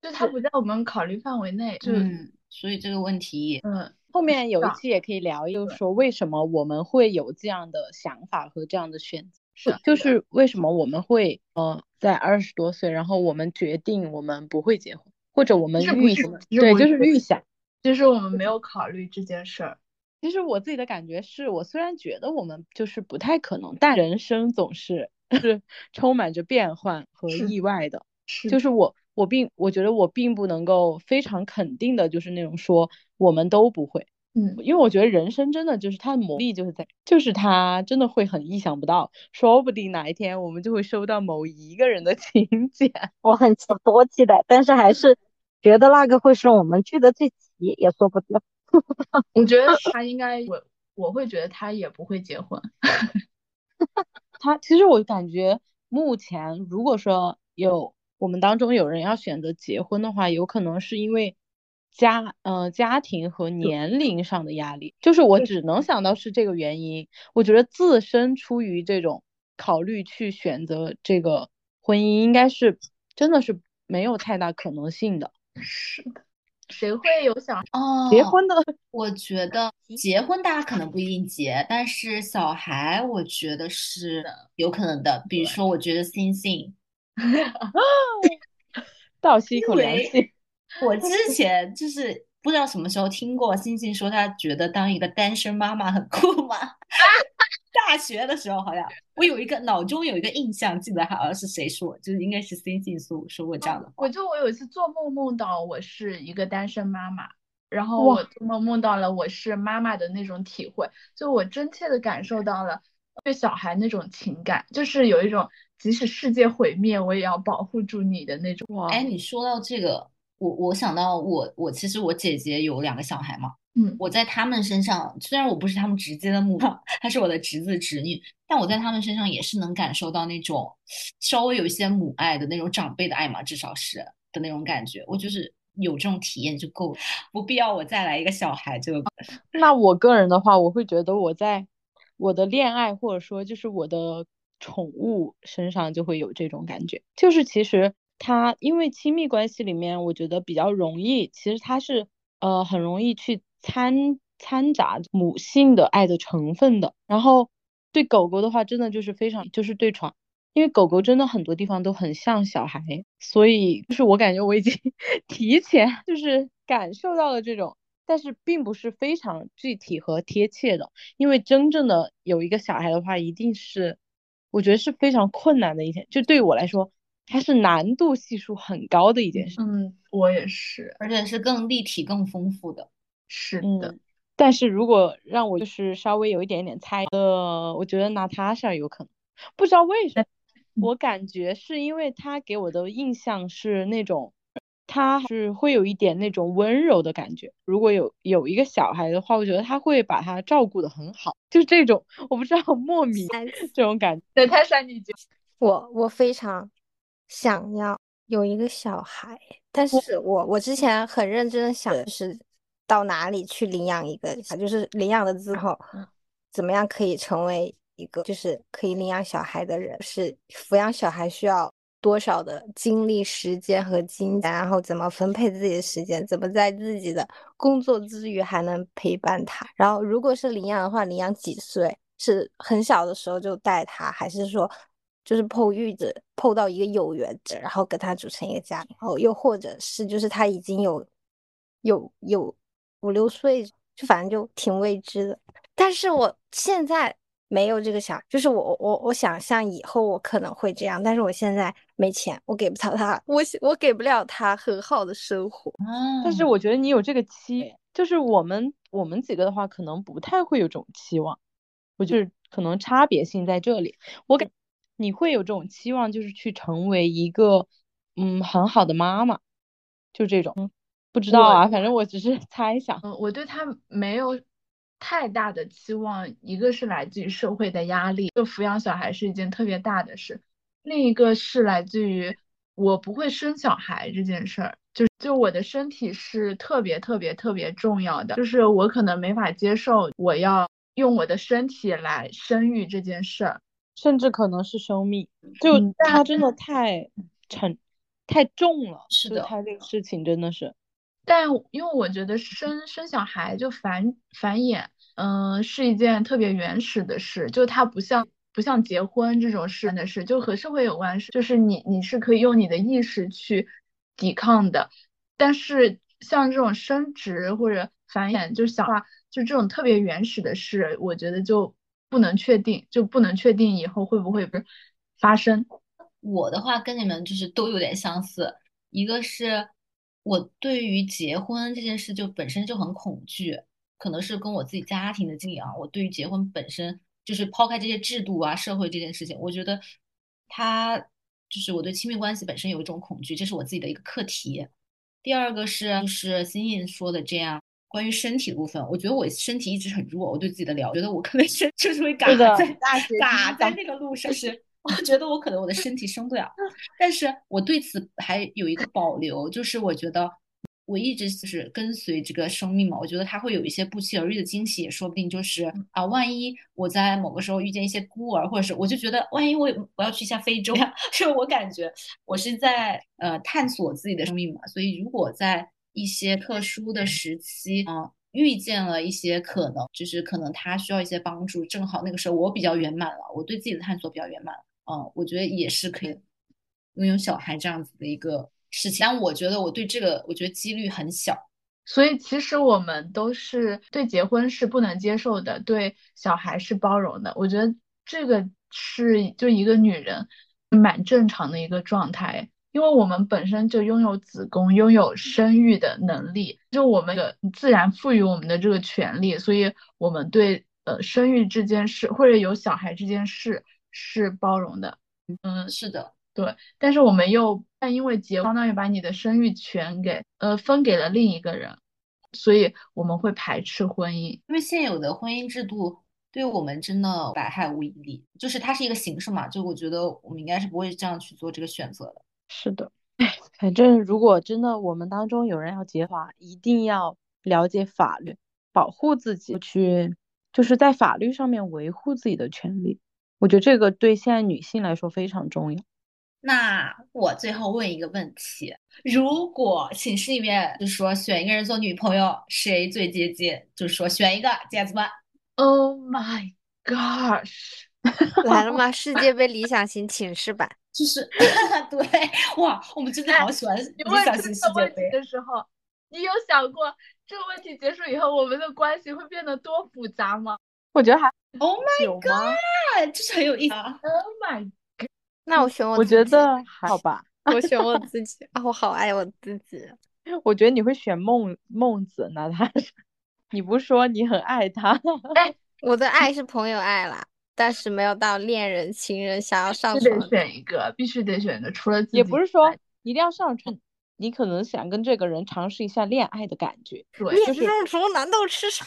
Speaker 3: 就他不在我们考虑范围内， 就
Speaker 1: 嗯，所以这个问题，
Speaker 3: 嗯
Speaker 2: 后面有一
Speaker 3: 的
Speaker 2: 期也可以聊，就是说为什么我们会有这样的想法和这样的选择，
Speaker 3: 是的
Speaker 2: 就是为什么我们会呃在二十多岁，然后我们决定我们不会结婚，或者我们
Speaker 3: 是不
Speaker 2: 预
Speaker 3: 是
Speaker 2: 想
Speaker 3: 是
Speaker 2: 对，
Speaker 3: 不
Speaker 2: 就是
Speaker 3: 是
Speaker 2: 预想。
Speaker 3: 就是我们没有考虑这件事儿。
Speaker 2: 其实我自己的感觉是，我虽然觉得我们就是不太可能，但人生总是 是充满着变幻和
Speaker 3: 是
Speaker 2: 意外的。
Speaker 3: 是
Speaker 2: 就是我，我并我觉得我并不能够非常肯定的，就是那种说我们都不会，
Speaker 3: 嗯，
Speaker 2: 因为我觉得人生真的就是它的魔力就是在，就是它真的会很意想不到，说不定哪一天我们就会收到某一个人的 请柬。
Speaker 4: 我很期多期待，但是还是觉得那个会是我们聚的最齐，也说不定。
Speaker 3: 我觉得他应该，我我会觉得他也不会结婚。
Speaker 2: 他其实我感觉，目前如果说有我们当中有人要选择结婚的话，有可能是因为家呃家庭和年龄上的压力，就是我只能想到是这个原因。我觉得自身出于这种考虑去选择这个婚姻，应该是真的是没有太大可能性的。
Speaker 3: 是的，谁会有想
Speaker 1: 哦，
Speaker 2: 结婚的
Speaker 1: 我觉得结婚大家可能不一定结，但是小孩我觉得是有可能的。比如说，我觉得星星，
Speaker 2: 倒吸一口
Speaker 1: 因
Speaker 2: 凉
Speaker 1: 为
Speaker 2: 气，
Speaker 1: 我之前就是不知道什么时候听过星星说，她觉得当一个单身妈妈很酷嘛。 大学的时候好像我有一个脑中有一个印象，记得好像是谁说，就是应该是星星说说过这样的话。
Speaker 3: 我就我有一次做梦梦到我是一个单身妈妈，然后
Speaker 2: 哇
Speaker 3: 我做梦梦到了我是妈妈的那种体会，就我真切的感受到了对小孩那种情感，就是有一种即使世界毁灭，我也要保护住你的那种。
Speaker 2: 哇
Speaker 1: 哎，你说到这个，我我想到我我其实我姐姐有两个小孩嘛，
Speaker 3: 嗯，
Speaker 1: 我在他们身上，虽然我不是他们直接的母亲，她是我的侄子侄女，但我在他们身上也是能感受到那种稍微有一些母爱的那种长辈的爱嘛，至少是的那种感觉，我就是有这种体验就够了，不必要我再来一个小孩这个。
Speaker 2: 那我个人的话，我会觉得我在我的恋爱或者说就是我的宠物身上就会有这种感觉，就是其实它因为亲密关系里面，我觉得比较容易，其实它是呃很容易去掺掺杂母性的爱的成分的。然后对狗狗的话，真的就是非常就是对床，因为狗狗真的很多地方都很像小孩，所以就是我感觉我已经 提前就是感受到了这种。但是并不是非常具体和贴切的，因为真正的有一个小孩的话，一定是我觉得是非常困难的一件，就对于我来说，它是难度系数很高的一件事。
Speaker 3: 嗯，我也是，
Speaker 1: 而且是更立体、更丰富的。
Speaker 3: 是的，
Speaker 2: 嗯，但是如果让我就是稍微有一点点猜呃，我觉得娜塔莎有可能，不知道为什么，我感觉是因为她给我的印象是那种，她是会有一点那种温柔的感觉。如果有有一个小孩的话，我觉得她会把他照顾的很好，就这种我不知道 莫名这种感觉。
Speaker 3: 对，泰山，你觉得
Speaker 5: 我我非常想要有一个小孩，但是我我之前很认真的想，就是到哪里去领养一个，就是领养了之后，怎么样可以成为一个就是可以领养小孩的人，是抚养小孩需要多少的精力、时间和金钱，然后怎么分配自己的时间，怎么在自己的工作之余还能陪伴他。然后如果是领养的话，领养几岁？是很小的时候就带他，还是说就是碰遇着碰到一个有缘者，然后跟他组成一个家庭，然后又或者是就是他已经有有有五六岁，就反正就挺未知的。但是我现在没有这个想，就是我我我想象以后我可能会这样，但是我现在没钱，我给不了他，我我给不了他很好的生活。
Speaker 1: 啊，
Speaker 2: 但是我觉得你有这个期，就是我们我们几个的话，可能不太会有这种期望，我就是可能差别性在这里。我感你会有这种期望，就是去成为一个嗯很好的妈妈，就这种。不知道
Speaker 3: 我
Speaker 2: 啊，反正我只是 猜想。
Speaker 3: 嗯，我对他没有太大的期望，一个是来自于社会的压力，就抚养小孩是一件特别大的事；另一个是来自于我不会生小孩这件事儿，就就我的身体是特别特别特别重要的，就是我可能没法接受我要用我的身体来生育这件事儿。
Speaker 2: 甚至可能是生命，就
Speaker 3: 嗯但
Speaker 2: 它真的太沉、太重了，
Speaker 1: 是
Speaker 2: 就
Speaker 1: 的
Speaker 2: 它这个事情真的是，
Speaker 3: 但因为我觉得生生小孩就繁繁衍，嗯、是一件特别原始的事，就它不像不像结婚这种事的事，就和社会有关系，就是你你是可以用你的意识去抵抗的，但是像这种生殖或者繁衍，就想话就这种特别原始的事，我觉得就不能确定，就不能确定以后会不会不是发生。
Speaker 1: 我的话跟你们就是都有点相似，一个是我对于结婚这件事就本身就很恐惧，可能是跟我自己家庭的经历啊，我对于结婚本身就是抛开这些制度啊、社会这件事情，我觉得它就是我对亲密关系本身有一种恐惧，这是我自己的一个课题。第二个是就是欣欣说的这样。关于身体部分，我觉得我身体一直很弱，我对自己的了，我觉得我可能 是就是会嘎
Speaker 2: 是的
Speaker 1: 在
Speaker 3: 大学
Speaker 1: 打
Speaker 3: 第一
Speaker 1: 在
Speaker 3: 堂
Speaker 1: 那个路上，是我觉得我可能我的身体生不了，但是我对此还有一个保留，就是我觉得我一直就是跟随这个生命嘛，我觉得它会有一些不期而遇的惊喜，也说不定就是啊，万一我在某个时候遇见一些孤儿，或者是我就觉得万一我也我要去一下非洲呀， 就我感觉我是在呃探索自己的生命嘛，所以如果在一些特殊的时期啊、呃遇见了一些可能，就是可能他需要一些帮助，正好那个时候我比较圆满了，我对自己的探索比较圆满了，嗯、我觉得也是可以拥有小孩这样子的一个事情，但我觉得我对这个我觉得几率很小，
Speaker 3: 所以其实我们都是对结婚是不能接受的，对小孩是包容的。我觉得这个是就一个女人蛮正常的一个状态，因为我们本身就拥有子宫、拥有生育的能力，就我们的自然赋予我们的这个权利，所以我们对呃生育这件事或者有小孩这件事是包容的。嗯，
Speaker 1: 是的。
Speaker 3: 但是我们又但因为结相当于把你的生育权给呃分给了另一个人，所以我们会排斥婚姻。
Speaker 1: 因为现有的婚姻制度对我们真的百害无一利，就是它是一个形式嘛，就我觉得我们应该是不会这样去做这个选择的。
Speaker 2: 是的，哎，反正如果真的我们当中有人要结法，一定要了解法律，保护自己，去就是在法律上面维护自己的权利。我觉得这个对现在女性来说非常重要。
Speaker 1: 那我最后问一个问题：如果寝室里面就说选一个人做女朋友，谁最接近？就是说选一个，姐子们，
Speaker 3: Oh my gosh！
Speaker 5: 来了吗？世界杯理想型寝室版，
Speaker 1: 就是对，哇，我们真的好喜欢
Speaker 3: 哎你
Speaker 1: 理
Speaker 3: 问
Speaker 1: 想
Speaker 3: 出
Speaker 1: 型世
Speaker 3: 这个
Speaker 1: 界
Speaker 3: 问题
Speaker 1: 杯。
Speaker 3: 的时候，你有想过这个问题结束以后我们的关系会变得多复杂吗
Speaker 2: 我觉得还
Speaker 1: Oh
Speaker 2: 有吗？
Speaker 1: my god，这是很有意思啊！
Speaker 3: ？Oh my！
Speaker 5: 那我选我
Speaker 2: 我
Speaker 5: 自
Speaker 2: 觉
Speaker 5: 己，
Speaker 2: 得还好吧。
Speaker 5: 我选我自己啊，我好爱我自己。
Speaker 2: 我觉得你会选孟孟子呢，他是你不说你很爱他，
Speaker 5: 我的爱是朋友爱啦，但是没有到恋人、情人想要上
Speaker 3: 必须
Speaker 5: 床
Speaker 3: 得。选一个，必须得选一个，除了自己
Speaker 2: 也不是说一定要上床，你
Speaker 5: 啊
Speaker 2: 可能想跟这个人尝试一下恋爱的感觉。
Speaker 3: 对，
Speaker 5: 恋
Speaker 2: 就是
Speaker 5: 上床难道吃啥？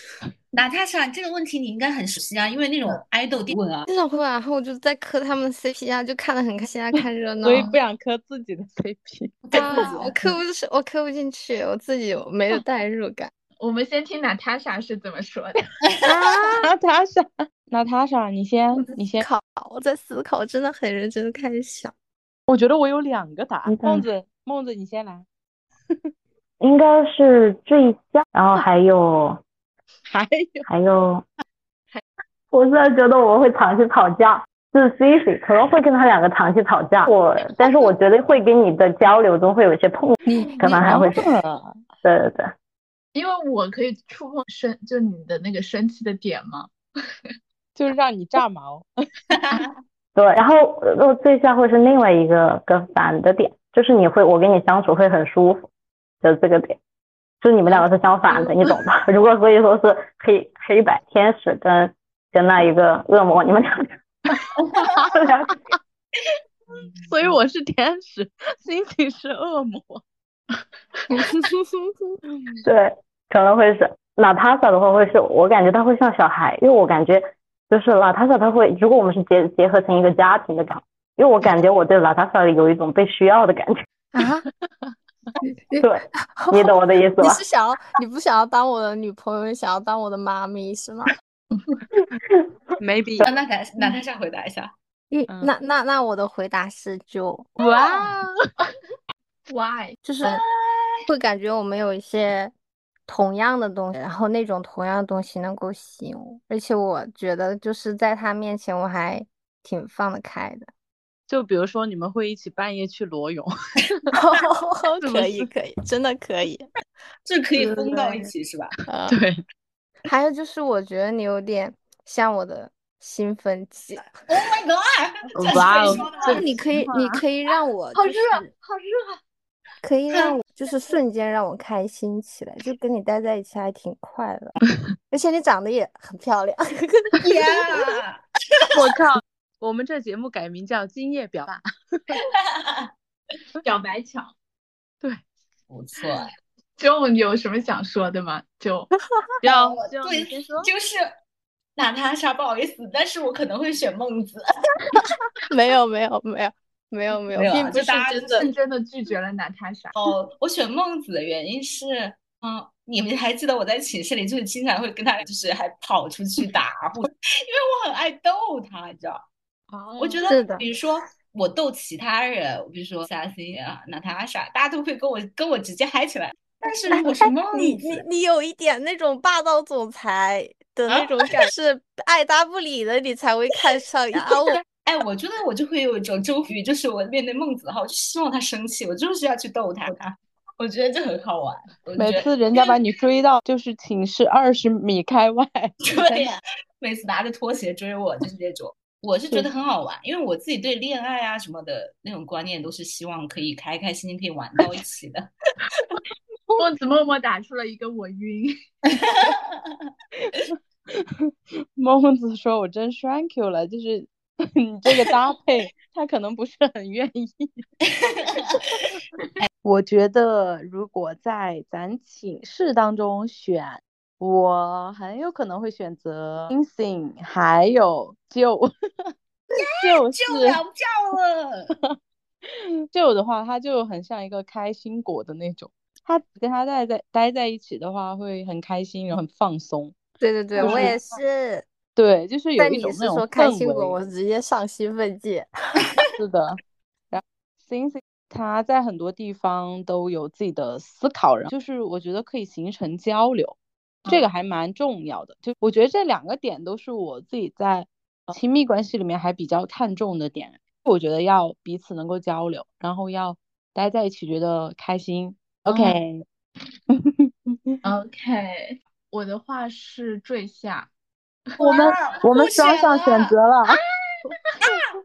Speaker 1: 娜塔莎，这个问题你应该很熟悉啊，因为那种
Speaker 3: 嗯
Speaker 1: 爱豆提问啊，
Speaker 5: 经常会啊，然后我就在磕他们 CP 啊，就看得很开心啊，看热闹
Speaker 2: 所以
Speaker 5: 啊。
Speaker 2: 不想磕自己的 CP。
Speaker 5: 对
Speaker 1: 自己
Speaker 5: 啊，
Speaker 1: 的
Speaker 5: 我磕不是我磕不进去，我自己有 没有代入感
Speaker 3: 我们先听娜塔莎是怎么说的。
Speaker 5: 啊。
Speaker 2: 娜塔莎，娜塔莎，你先
Speaker 5: 我在，
Speaker 2: 你先
Speaker 5: 思。考，我在思考，真的很认真的开始想。
Speaker 2: 我觉得我有两个答
Speaker 4: 你
Speaker 2: 案。孟子，孟子，你先来。
Speaker 4: 应该是最佳，然后还有
Speaker 2: 还有，
Speaker 4: 还有，我真的觉得我会长期吵架，是 Cici 可能会跟他两个长期吵架，
Speaker 2: 哦
Speaker 4: 我但是我觉得会跟你的交流中会有一些碰，
Speaker 2: 你
Speaker 4: 可能还会是
Speaker 2: 啊
Speaker 1: 嗯
Speaker 4: 对对对，
Speaker 3: 因为我可以触碰生，就你的那个生气的点吗？
Speaker 2: 就是让你炸毛。
Speaker 4: 对，然后呃，最下会是另外一个个反的点，就是你会我跟你相处会很舒服，就是这个点，就是你们两个是相反的，你懂吧？ 如果所以说是黑黑白天使跟跟那一个 恶魔，你们两个两个
Speaker 2: 所以我是天使，星星是恶魔。
Speaker 4: 对，可能会是娜塔莎的话，会是我感觉她会像小孩，因为我感觉就是娜塔莎，她会如果我们是结结合成一个家庭的感，因为我感觉我对娜塔莎有一种被需要的感觉。
Speaker 5: 啊，
Speaker 4: 对，你懂我的意思
Speaker 5: 你
Speaker 4: 吧？
Speaker 5: 是想要，你不想要当我的女朋友，你想要当我的妈咪是吗？
Speaker 2: Maybe
Speaker 1: 让娜塔娜塔莎回答一下。
Speaker 5: 嗯
Speaker 2: 嗯
Speaker 5: 那那那我的回答是就
Speaker 3: 哇，Why？
Speaker 5: 就是会感觉我们有一些同样的东西，然后那种同样的东西能够吸引我，而且我觉得就是在他面前我还挺放得开的。
Speaker 2: 就比如说你们会一起半夜去裸泳， 是不
Speaker 5: 可以
Speaker 2: 是
Speaker 5: 可以，真的可 以。
Speaker 1: 这可以疯到
Speaker 5: 对
Speaker 1: 一起是吧？
Speaker 5: 呃，
Speaker 2: 对，
Speaker 5: 还有就是我觉得你有点像我的兴奋剂，
Speaker 1: Oh my god！这是 可
Speaker 2: 哇
Speaker 1: 以
Speaker 2: 哦
Speaker 1: 说的吗
Speaker 2: 这
Speaker 5: 啊你可以你可以让我
Speaker 3: 好
Speaker 5: 就
Speaker 3: 热，
Speaker 5: 是
Speaker 3: 好热啊！
Speaker 5: 可以让 我就是瞬间让我开心起来，就跟你待在一起还挺快乐， 而且你长得也很漂亮。
Speaker 1: Yeah！
Speaker 2: 我靠，我们这节目改名叫《今夜表白》。
Speaker 3: 小白墙，
Speaker 1: 不错，啊
Speaker 3: 就有什么想说的吗？就
Speaker 2: 要
Speaker 1: 我
Speaker 2: 就
Speaker 1: 对
Speaker 2: 你先说，
Speaker 1: 就是娜塔莎，不好意思，但是我可能会选孟子。
Speaker 5: 没有没有没有没有没有
Speaker 1: 没有啊
Speaker 5: 并不
Speaker 1: 就是大家
Speaker 5: 真的
Speaker 3: 认真的拒绝了娜塔莎。
Speaker 1: 哦，我选孟子的原因是，嗯，你们还记得我在寝室里就是经常会跟他，就是还跑出去打呼，因为我很爱逗他，你知道。我觉
Speaker 5: 是
Speaker 1: 得，
Speaker 5: 的
Speaker 1: 比如说我逗其他人，比如说萨欣啊、娜塔莎，大家都会跟我跟我直接嗨起来。但是如果
Speaker 2: 哎
Speaker 1: 是孟
Speaker 5: 你
Speaker 1: 子，
Speaker 5: 你你有一点那种霸道总裁的那
Speaker 1: 啊
Speaker 5: 种感，是爱答不理的，你才会看 上眼。啊，我
Speaker 1: 哎，我觉得我就会有一种征服欲，就是我面对孟子的话，我就希望他生气，我就是要去逗他，我觉得这很好玩。我
Speaker 2: 每
Speaker 1: 觉得
Speaker 2: 次人家把你追到就是寝室二十米开外，
Speaker 1: 对呀，每次拿着拖鞋追我，就是那种。我是觉得很好玩，因为我自己对恋爱啊什么的那种观念都是希望可以开开心心，可以玩到一起的。
Speaker 3: 孟子默默打出了一个我晕，
Speaker 2: 孟子说：“我真 thank you 了，就是 你这个搭配，他可能不是很愿意。 哎”我觉得如果在咱寝室当中选，我很有可能会选择 Insing，还有 舅，舅是
Speaker 1: 就秒票了，
Speaker 2: 舅的话，他就很像一个开心果的那种。他跟他待在待在一起的话，会很开心，然后很放松。
Speaker 5: 对对对，
Speaker 2: 就
Speaker 5: 我
Speaker 2: 是
Speaker 5: 也是。
Speaker 2: 对，就是有
Speaker 5: 但
Speaker 2: 一
Speaker 5: 你
Speaker 2: 种
Speaker 5: 是
Speaker 2: 那种
Speaker 5: 说开
Speaker 2: 氛
Speaker 5: 心果，
Speaker 2: 围
Speaker 5: 我直接上兴奋 剂。
Speaker 2: 是的，然后 Since 他在很多地方都有自己的思考，然后就是我觉得可以形成交流，这个还蛮重要的。就我觉得这两个点都是我自己在呃亲密关系里面还比较看重的点。我觉得要彼此能够交流，然后要待在一起觉得开心。OK，
Speaker 3: OK，我的话是坠下，
Speaker 2: 我们
Speaker 1: 哇
Speaker 2: 我们
Speaker 1: 互
Speaker 2: 双
Speaker 1: 选
Speaker 2: 向选
Speaker 1: 了
Speaker 2: 择了，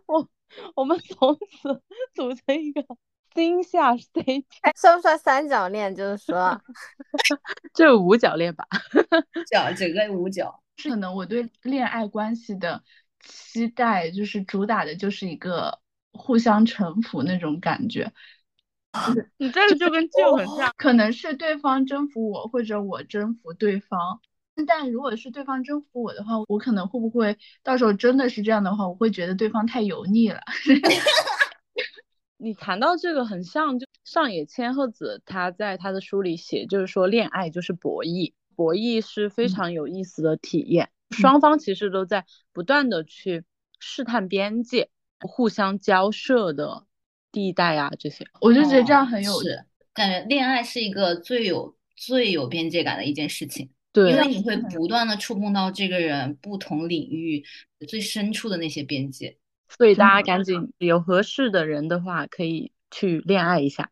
Speaker 2: 我 我们从此组成一个 惊吓 CP，
Speaker 5: 算不算三角恋？ 就是说，
Speaker 2: 这五角恋吧。
Speaker 1: 整整个五角。
Speaker 3: 是可能我对恋爱关系的期待就是主打的就是一个互相臣服那种感觉，
Speaker 2: 你这个就跟舅很像，
Speaker 3: 可能是对方征服我，或者我征服对方。但如果是对方征服我的话，我可能会不会到时候真的是这样的话，我会觉得对方太油腻了。
Speaker 2: 你谈到这个很像，就上野千鹤子她在她的书里写，就是说恋爱就是博弈，博弈是非
Speaker 3: 嗯
Speaker 2: 常有意思的体验，双方其实都在不断的去试探边界，互相交涉的地带啊这些。
Speaker 3: 我就觉得
Speaker 1: 哦
Speaker 3: 这样很有趣。
Speaker 1: 是，感觉恋爱是一个最有最有边界感的一件事情，因为
Speaker 2: 对，
Speaker 1: 你会不断的触碰到这个人不同领域最深处的那些边界。
Speaker 2: 所以
Speaker 3: 真
Speaker 2: 大家
Speaker 3: 的
Speaker 2: 赶紧有合适的人的话，可以去恋爱一下。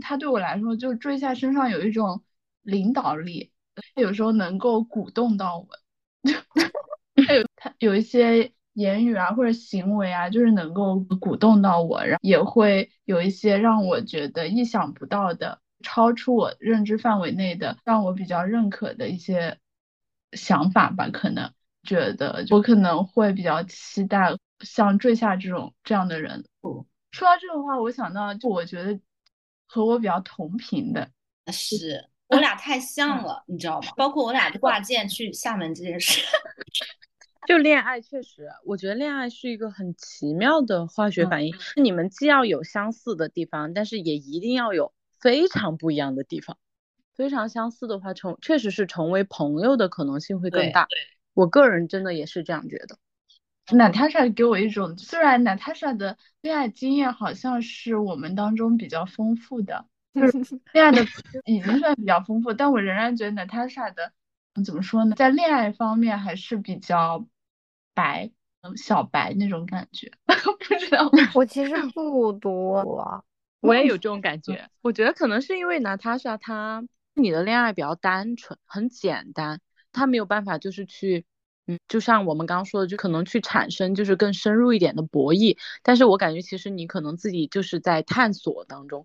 Speaker 3: 他对我来说，就追夏身上有一种领导力，有时候能够鼓动到我。 他有他有一些言语啊或者行为啊，就是能够鼓动到我，然后也会有一些让我觉得意想不到的，超出我认知范围内的，让我比较认可的一些想法吧。可能觉得我可能会比较期待像坠下这种这样的人。说到这个话，我想到就我觉得和我比较同频的，啊
Speaker 1: 是我俩太
Speaker 3: 嗯
Speaker 1: 像了，你知道吗？包括我俩挂件去厦门这件事，
Speaker 2: 就恋爱，确实，我觉得恋爱是一个很奇妙的化学
Speaker 3: 嗯
Speaker 2: 反应。你们既要有相似的地方，但是也一定要有非常不一样的地方。非常相似的话，成确实是成为朋友的可能性会更
Speaker 1: 对
Speaker 2: 大。我个人真的也是这样觉得。
Speaker 3: 娜塔莎给我一种，虽然娜塔莎的恋爱经验好像是我们当中比较丰富的，就是恋爱的已经算比较丰富，但我仍然觉得娜塔莎的嗯怎么说呢，在恋爱方面还是比较白，嗯小白那种感觉， 不知道为什么
Speaker 5: 我其实不多，
Speaker 2: 我也有嗯这种感觉。我觉得可能是因为娜塔莎她你的恋爱比较单纯，很简单，她没有办法就是去，嗯，就像我们刚刚说的，就可能去产生就是更深入一点的博弈。但是我感觉其实你可能自己就是在探索当中，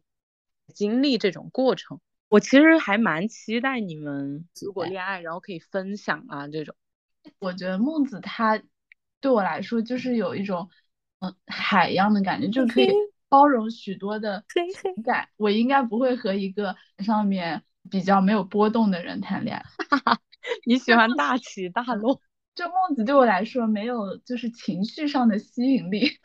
Speaker 2: 经历这种过程。我其实还蛮期待你们如果恋爱，然后可以分享啊这种。
Speaker 3: 我觉得孟子他对我来说就是有一种嗯海一样的感觉，就可以包容许多的情感，我应该不会和一个上面比较没有波动的人谈恋爱。
Speaker 2: 你喜欢大起大落，
Speaker 3: 这孟子对我来说没有就是情绪上的吸引力，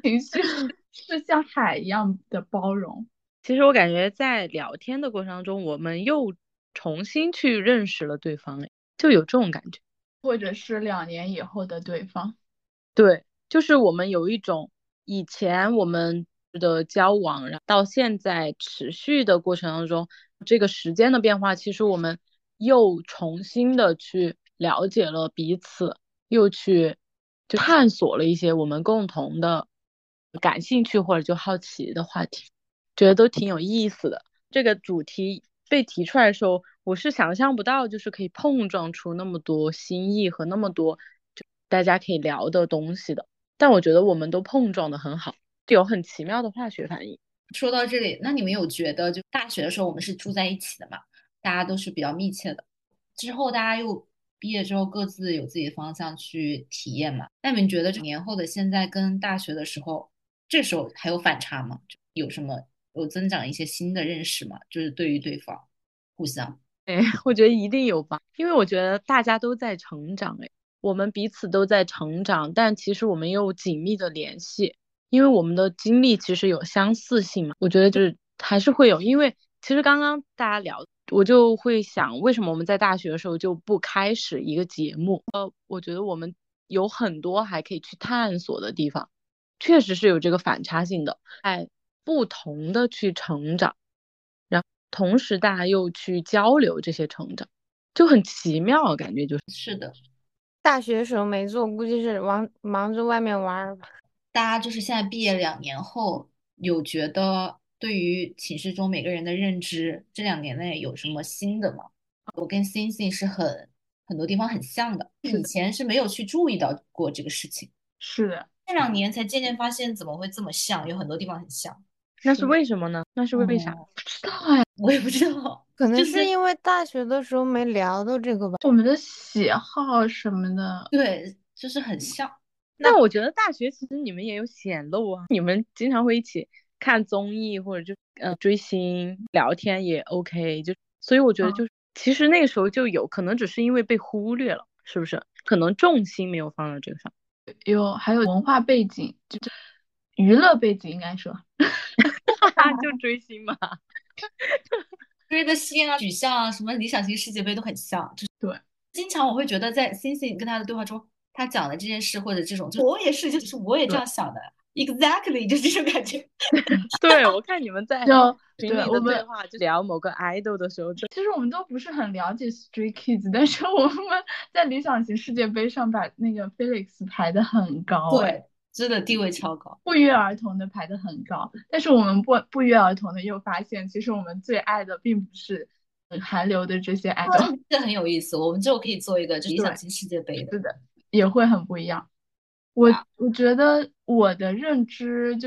Speaker 3: 情绪是是像海一样的包容。
Speaker 2: 其实我感觉在聊天的过程当中，我们又重新去认识了对方，就有这种感觉。
Speaker 3: 或者是两年以后的对方，
Speaker 2: 对，就是我们有一种以前我们的交往，然后到现在持续的过程当中，这个时间的变化，其实我们又重新的去了解了彼此，又去就探索了一些我们共同的感兴趣或者就好奇的话题，觉得都挺有意思的。这个主题被提出来的时候。我是想象不到，就是可以碰撞出那么多新意和那么多就大家可以聊的东西的。但我觉得我们都碰撞的很好，有很奇妙的化学反应。
Speaker 1: 说到这里，那你们有觉得，就大学的时候我们是住在一起的嘛？大家都是比较密切的。之后大家又毕业之后各自有自己的方向去体验嘛？那你们觉得年后的现在跟大学的时候，这时候还有反差吗？有什么有增长一些新的认识吗？就是对于对方互相。
Speaker 2: 哎， 我觉得一定有吧，因为我觉得大家都在成长，哎，我们彼此都在成长，但其实我们又紧密的联系，因为我们的经历其实有相似性嘛。我觉得就是还是会有，因为其实刚刚大家聊，我就会想，为什么我们在大学的时候就不开始一个节目？呃，我觉得我们有很多还可以去探索的地方，确实是有这个反差性的，哎，不同的去成长。同时，大家又去交流这些成长，就很奇妙，感觉就是。
Speaker 1: 是的，
Speaker 5: 大学时候没做，估计是忙忙着外面玩吧。
Speaker 1: 大家就是现在毕业两年后，有觉得对于寝室中每个人的认知，这两年内有什么新的吗？我跟 Sin Sin 是很很多地方很像的，以前是没有去注意到过这个事情，
Speaker 3: 是的，
Speaker 1: 这两年才渐渐发现怎么会这么像，有很多地方很像。
Speaker 2: 那是哦为什么呢？那是为啥？
Speaker 3: 不知道哎，
Speaker 1: 我也不知道，
Speaker 5: 可能
Speaker 1: 就是
Speaker 5: 是因为大学的时候没聊到这个吧。
Speaker 3: 我们的喜好什么的，
Speaker 1: 对，就是很像。
Speaker 2: 那我觉得大学其实你们也有显露啊，你们经常会一起看综艺或者就呃追星聊天也 OK，就所以我觉得就是、嗯、其实那个时候就有可能只是因为被忽略了，是不是？可能重心没有放到这个上。
Speaker 3: 有还有文化背景，就娱乐背景应该说。
Speaker 2: 就追星嘛，
Speaker 1: 追的星啊、取向啊、什么理想型世界杯都很像，就是
Speaker 3: 对。
Speaker 1: 经常我会觉得在星星跟他的对话中，他讲的这件事或者这种，就我也是，就是我也这样想的，exactly 就这种感觉。
Speaker 2: 对，我看你们在
Speaker 3: 就
Speaker 2: 群里的对话，就聊某个 idol 的时候，
Speaker 3: 其实我们都不是很了解 Stray Kids，但是我们在理想型世界杯上把那个 Felix 排的很高、
Speaker 1: 欸。对。真的地位超高，
Speaker 3: 不约而同的排的很高，但是我们不不约而同的又发现，其实我们最爱的并不是嗯韩流的这些爱 豆、
Speaker 1: 哦，这很有意思。我们就可以做一个理想型世界杯
Speaker 3: 的，是的，也会很不一样。我、啊、我觉得我的认知就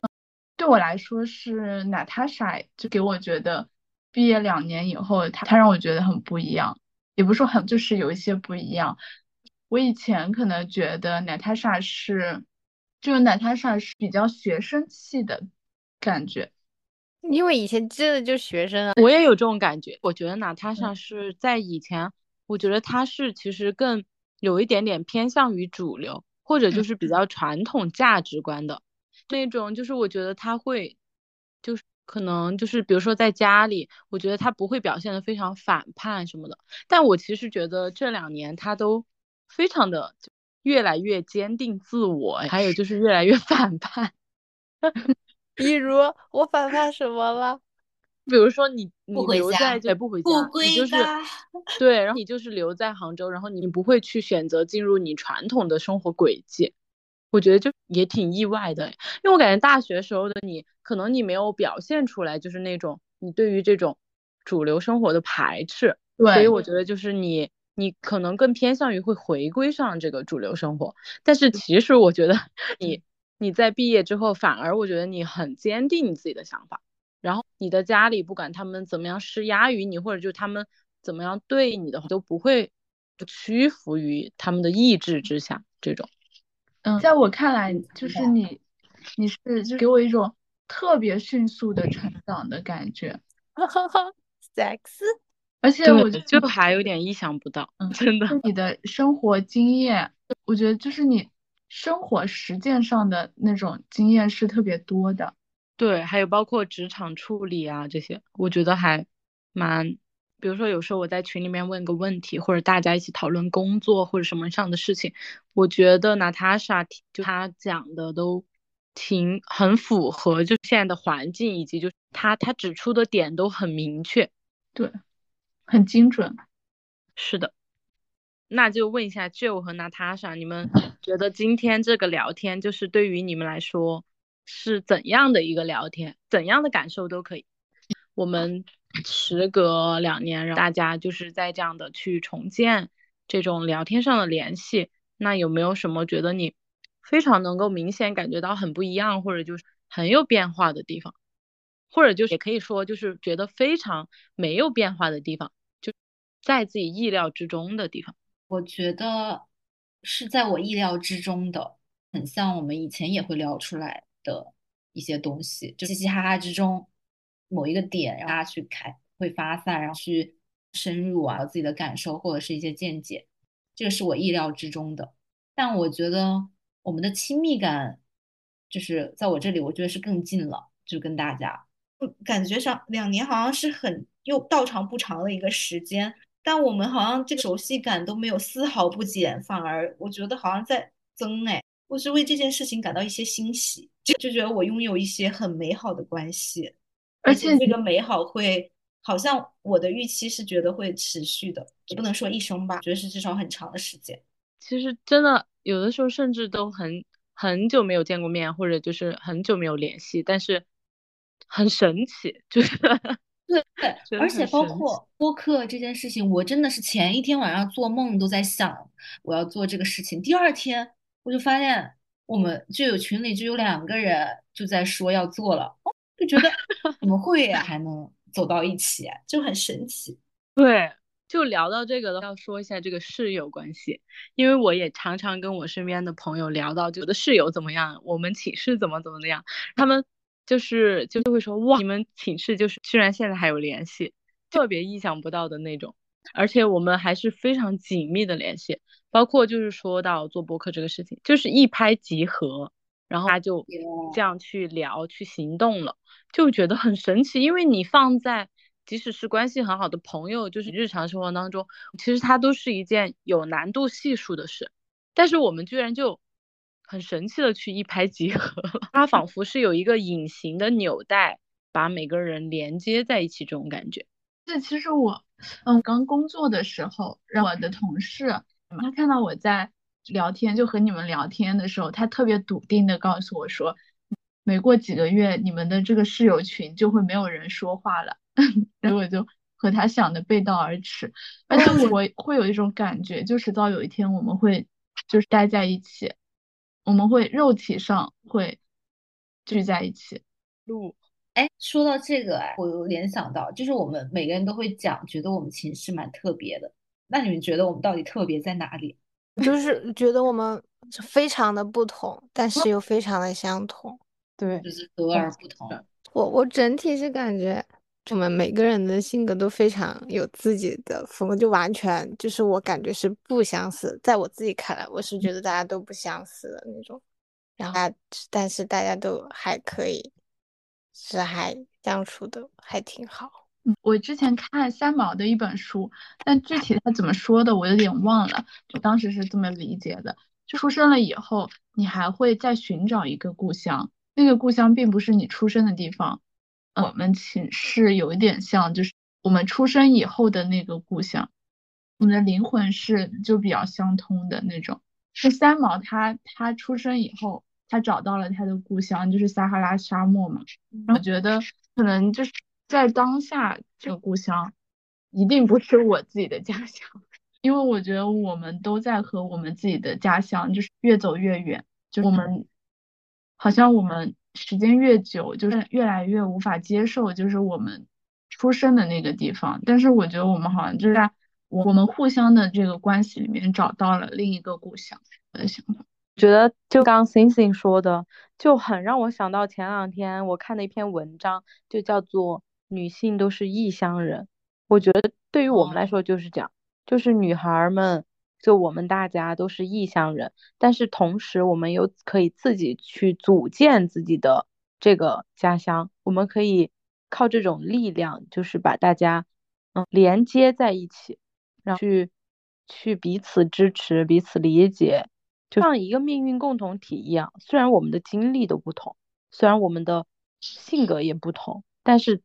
Speaker 3: 对我来说是娜塔莎，就给我觉得毕业两年以后，她她让我觉得很不一样，也不是说很，就是有一些不一样。我以前可能觉得娜塔莎是。就是奶摊上是比较学生气的感觉，
Speaker 5: 因为以前真的就是学生啊，
Speaker 2: 我也有这种感觉。我觉得娜塔莎是在以前，嗯、我觉得她是其实更有一点点偏向于主流，或者就是比较传统价值观的、嗯、那种。就是我觉得她会，就是可能就是比如说在家里，我觉得她不会表现的非常反叛什么的。但我其实觉得这两年她都非常的。越来越坚定自我，还有就是越来越 反叛。
Speaker 5: 比如我反叛什么了？
Speaker 2: 比如说你你
Speaker 1: 不回
Speaker 2: 留在对不回家，
Speaker 1: 不归
Speaker 2: 你就是对，然后你就是留在杭州，然后你不会去选择进入你传统的生活轨迹。我觉得就也挺意外的，因为我感觉大学时候的你，可能你没有表现出来，就是那种你对于这种主流生活的排斥。
Speaker 3: 对，
Speaker 2: 所以我觉得就是你。你可能更偏向于会回归上这个主流生活，
Speaker 3: 嗯
Speaker 2: 但是其实我 觉得你你在毕业之后，反而我觉得你很坚定你自己的想法，然后你的家里不管他们怎么样施压于你，或者就他们怎么样对你的话，都不会屈服于他们的意志之下。这种，
Speaker 3: 嗯，在我看来，就是你你是就给我一种特别迅速的成长的感觉，
Speaker 5: sex，
Speaker 3: 而且我
Speaker 2: 对，
Speaker 3: 觉
Speaker 2: 就
Speaker 3: 得
Speaker 2: 还有点意想不到，
Speaker 3: 嗯
Speaker 2: 真的。
Speaker 3: 你的生活经验，我觉得就是你生活实践上的那种经验是特别多的。
Speaker 2: 对，还有包括职场处理啊这些，我觉得还蛮，比如说有时候我在群里面问个问题，或者大家一起讨论工作或者什么上的事情，我觉得娜塔莎提就她讲的都挺很符合就现在的环境，以及就是她她指出的点都很明确。
Speaker 3: 对，很精准。
Speaker 2: 是的，那就问一下 Jill 和 Natasha，你们觉得今天这个聊天就是对于你们来说是怎样的一个聊天？怎样的感受都可以。我们时隔两年，然后大家就是在这样的去重建这种聊天上的联系，那有没有什么觉得你非常能够明显感觉到很不一样，或者就是很有变化的地方？或者就是也可以说，就是觉得非常没有变化的地方。就在自己意料之中的地方。
Speaker 1: 我觉得是在我意料之中的，很像我们以前也会聊出来的一些东西，就嘻嘻哈哈之中某一个点，让大家去开会发散，然后去深入啊自己的感受或者是一些见解，这个是我意料之中的。但我觉得我们的亲密感，就是在我这里，我觉得是更近了，就跟大家，就感觉上两年好像是很又倒长不长的一个时间。但我们好像这个熟悉感都没有丝毫不减，反而我觉得好像在增哎，我是为这件事情感到一些欣喜，就就觉得我拥有一些很美好的关系，
Speaker 3: 而
Speaker 1: 且
Speaker 3: 且
Speaker 1: 这个美好会好像我的预期是觉得会持续的，也不能说一生吧，觉得是至少很长的时间。
Speaker 2: 其实真的有的时候甚至都很很久没有见过面，或者就是很久没有联系，但是很神奇， 就是
Speaker 1: 对，
Speaker 2: 真
Speaker 1: 而
Speaker 2: 的
Speaker 1: 且
Speaker 2: 很
Speaker 1: 包
Speaker 2: 神
Speaker 1: 括播客这件事情，我真的是前一天晚上做梦都在想我要做这个事情，第二天我就发现我们就有群里就有两个人就在说要做了，哦就 觉得怎么会呀、还能走到一起、啊就很神奇。
Speaker 2: 对，就聊到这个了，要说一下这个室友关系，因为我也常常跟我身边的朋友聊到，就我的室友怎么样，我们寝室怎么怎么样，他们就是就会说哇，你们寝室就是居然现在还有联系，特别意想不到的那种，而且我们还是非常紧密的联系，包括就是说到做播客这个事情，就是一拍即合，然后他就这样去聊去行动了。就觉得很神奇，因为你放在即使是关系很好的朋友，就是日常生活当中，其实它都是一件有难度系数的事，但是我们居然就很神奇的去一拍即合了，它仿佛是有一个隐形的纽带把每个人连接在一起，这种感觉。
Speaker 3: 这其实我，嗯，刚工作的时候，让我的同事，他看到我在聊天，就和你们聊天的时候，他特别笃定的告诉我说，没过几个月，你们的这个室友群就会没有人说话了。 然后我就和他想的背道而驰，而且我会有一种感觉，就迟早有一天我们会就是待在一起，我们会肉体上会聚在一起。
Speaker 2: 路
Speaker 1: 哎，说到这个，哎，我有联想到，就是我们每个人都会讲，觉得我们寝室蛮特别的。那你们觉得我们到底特别在哪里？
Speaker 5: 就是觉得我们非常的不同，但是又非常的相同。
Speaker 2: 对
Speaker 1: 就是和而不同。
Speaker 5: 我我整体是感觉我们每个人的性格都非常有自己的风，就完全就是我感觉是不相似。在我自己看来，我是觉得大家都不相似的那种，然后但是大家都还可以，是还相处的还挺好。
Speaker 3: 嗯，我之前看三毛的一本书，但具体他怎么说的我有点忘了，就当时是这么理解的：就出生了以后，你还会再寻找一个故乡，那个故乡并不是你出生的地方。呃我们寝室有一点像，就是我们出生以后的那个故乡，我们的灵魂是就比较相通的那种。就三毛他他出生以后，他找到了他的故乡，就是撒哈拉沙漠嘛。然后我觉得可能就是在当下这个故乡，一定不是我自己的家乡，因为我觉得我们都在和我们自己的家乡就是越走越远，就我们好像我们时间越久，就是越来越无法接受，就是我们出生的那个地方。但是我觉得我们好像就是在我我们互相的这个关系里面找到了另一个故乡。我的想法，
Speaker 2: 觉得就刚 Sing Sing 说的，就很让我想到前两天我看的一篇文章，就叫做《女性都是异乡人》。我觉得对于我们来说就是这样，就是女孩儿们，就我们大家都是异乡人，但是同时我们又可以自己去组建自己的这个家乡，我们可以靠这种力量，就是把大家嗯连接在一起，然后去去彼此支持、彼此理解。就像一个命运共同体一样，虽然我们的经历都不同，虽然我们的性格也不同，但是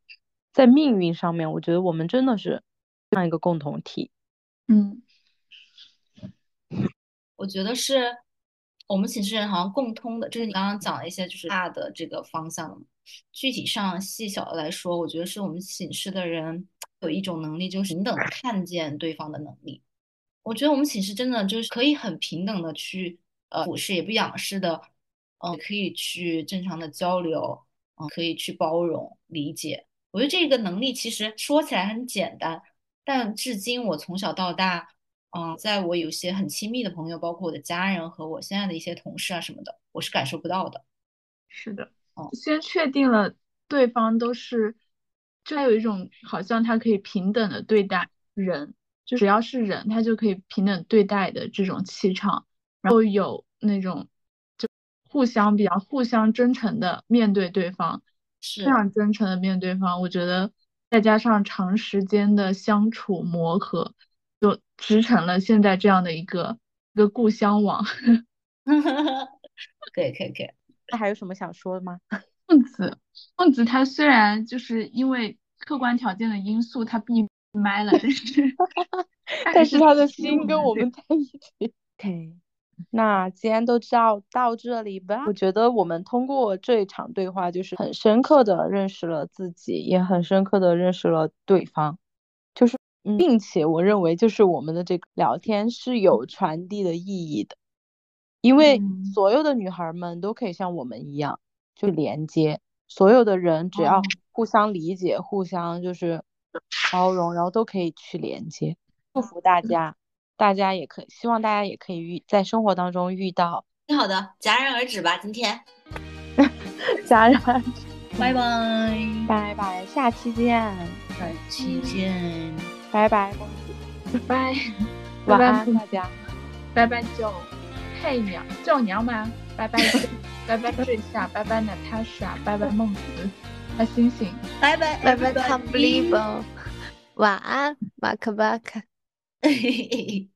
Speaker 2: 在命运上面，我觉得我们真的是像一个共同体。
Speaker 3: 嗯，
Speaker 1: 我觉得是我们寝室人好像共通的，就是你刚刚讲了一些就是大的这个方向，具体上细小的来说，我觉得是我们寝室的人有一种能力，就是平等地看见对方的能力。我觉得我们寝室真的就是可以很平等的去呃俯视，也不仰视的，嗯、可以去正常的交流，嗯、可以去包容理解。我觉得这个能力其实说起来很简单，但至今我从小到大，嗯、在我有些很亲密的朋友，包括我的家人和我现在的一些同事啊什么的，我是感受不到的。
Speaker 3: 是的
Speaker 1: 哦，
Speaker 3: 先确定了对方都是，就有一种好像他可以平等的对待人，就只要是人，他就可以平等对待的这种气场，然后有那种就互相比较互相真诚的面对对方，
Speaker 1: 是
Speaker 3: 非常真诚的面对对方，我觉得再加上长时间的相处磨合，就织成了现在这样的一个一个故乡网。
Speaker 1: 可以可以可以，
Speaker 2: 那还有什么想说的吗？
Speaker 3: 孟子，孟子他虽然就是因为客观条件的因素他闭麦了，但 是
Speaker 2: 但是他的心跟
Speaker 3: 跟
Speaker 2: 我们在一起。OK，那今天都到到这里吧。我觉得我们通过这一场对话，就是很深刻的认识了自己，也很深刻的认识了对方。就是，嗯并且我认为，就是我们的这个聊天是有传递的意义的，因为
Speaker 3: 嗯
Speaker 2: 所有的女孩们都可以像我们一样，就连接所有的人，只要
Speaker 3: 哦
Speaker 2: 互相理解、互相就是包容，然后都可以去连接。祝福大家，大家也可希望大家也可以遇在生活当中遇到
Speaker 1: 挺好的，戛然而止吧，今 天，
Speaker 2: 家人。
Speaker 1: 拜拜，
Speaker 2: 拜拜，下期见，
Speaker 1: 下期见。
Speaker 2: 拜拜，公主，
Speaker 3: 拜拜拜
Speaker 2: 晚
Speaker 3: 拜
Speaker 2: 安
Speaker 3: 公
Speaker 2: 大家。
Speaker 3: 拜拜叫太娘叫娘们，拜拜拜拜坠下，拜拜娜塔莎，拜拜孟子，拜星星。
Speaker 1: 拜拜，
Speaker 2: 嗯
Speaker 5: 拜拜 t u m b l e 晚安，马克巴克。
Speaker 1: 嘿嘿嘿嘿。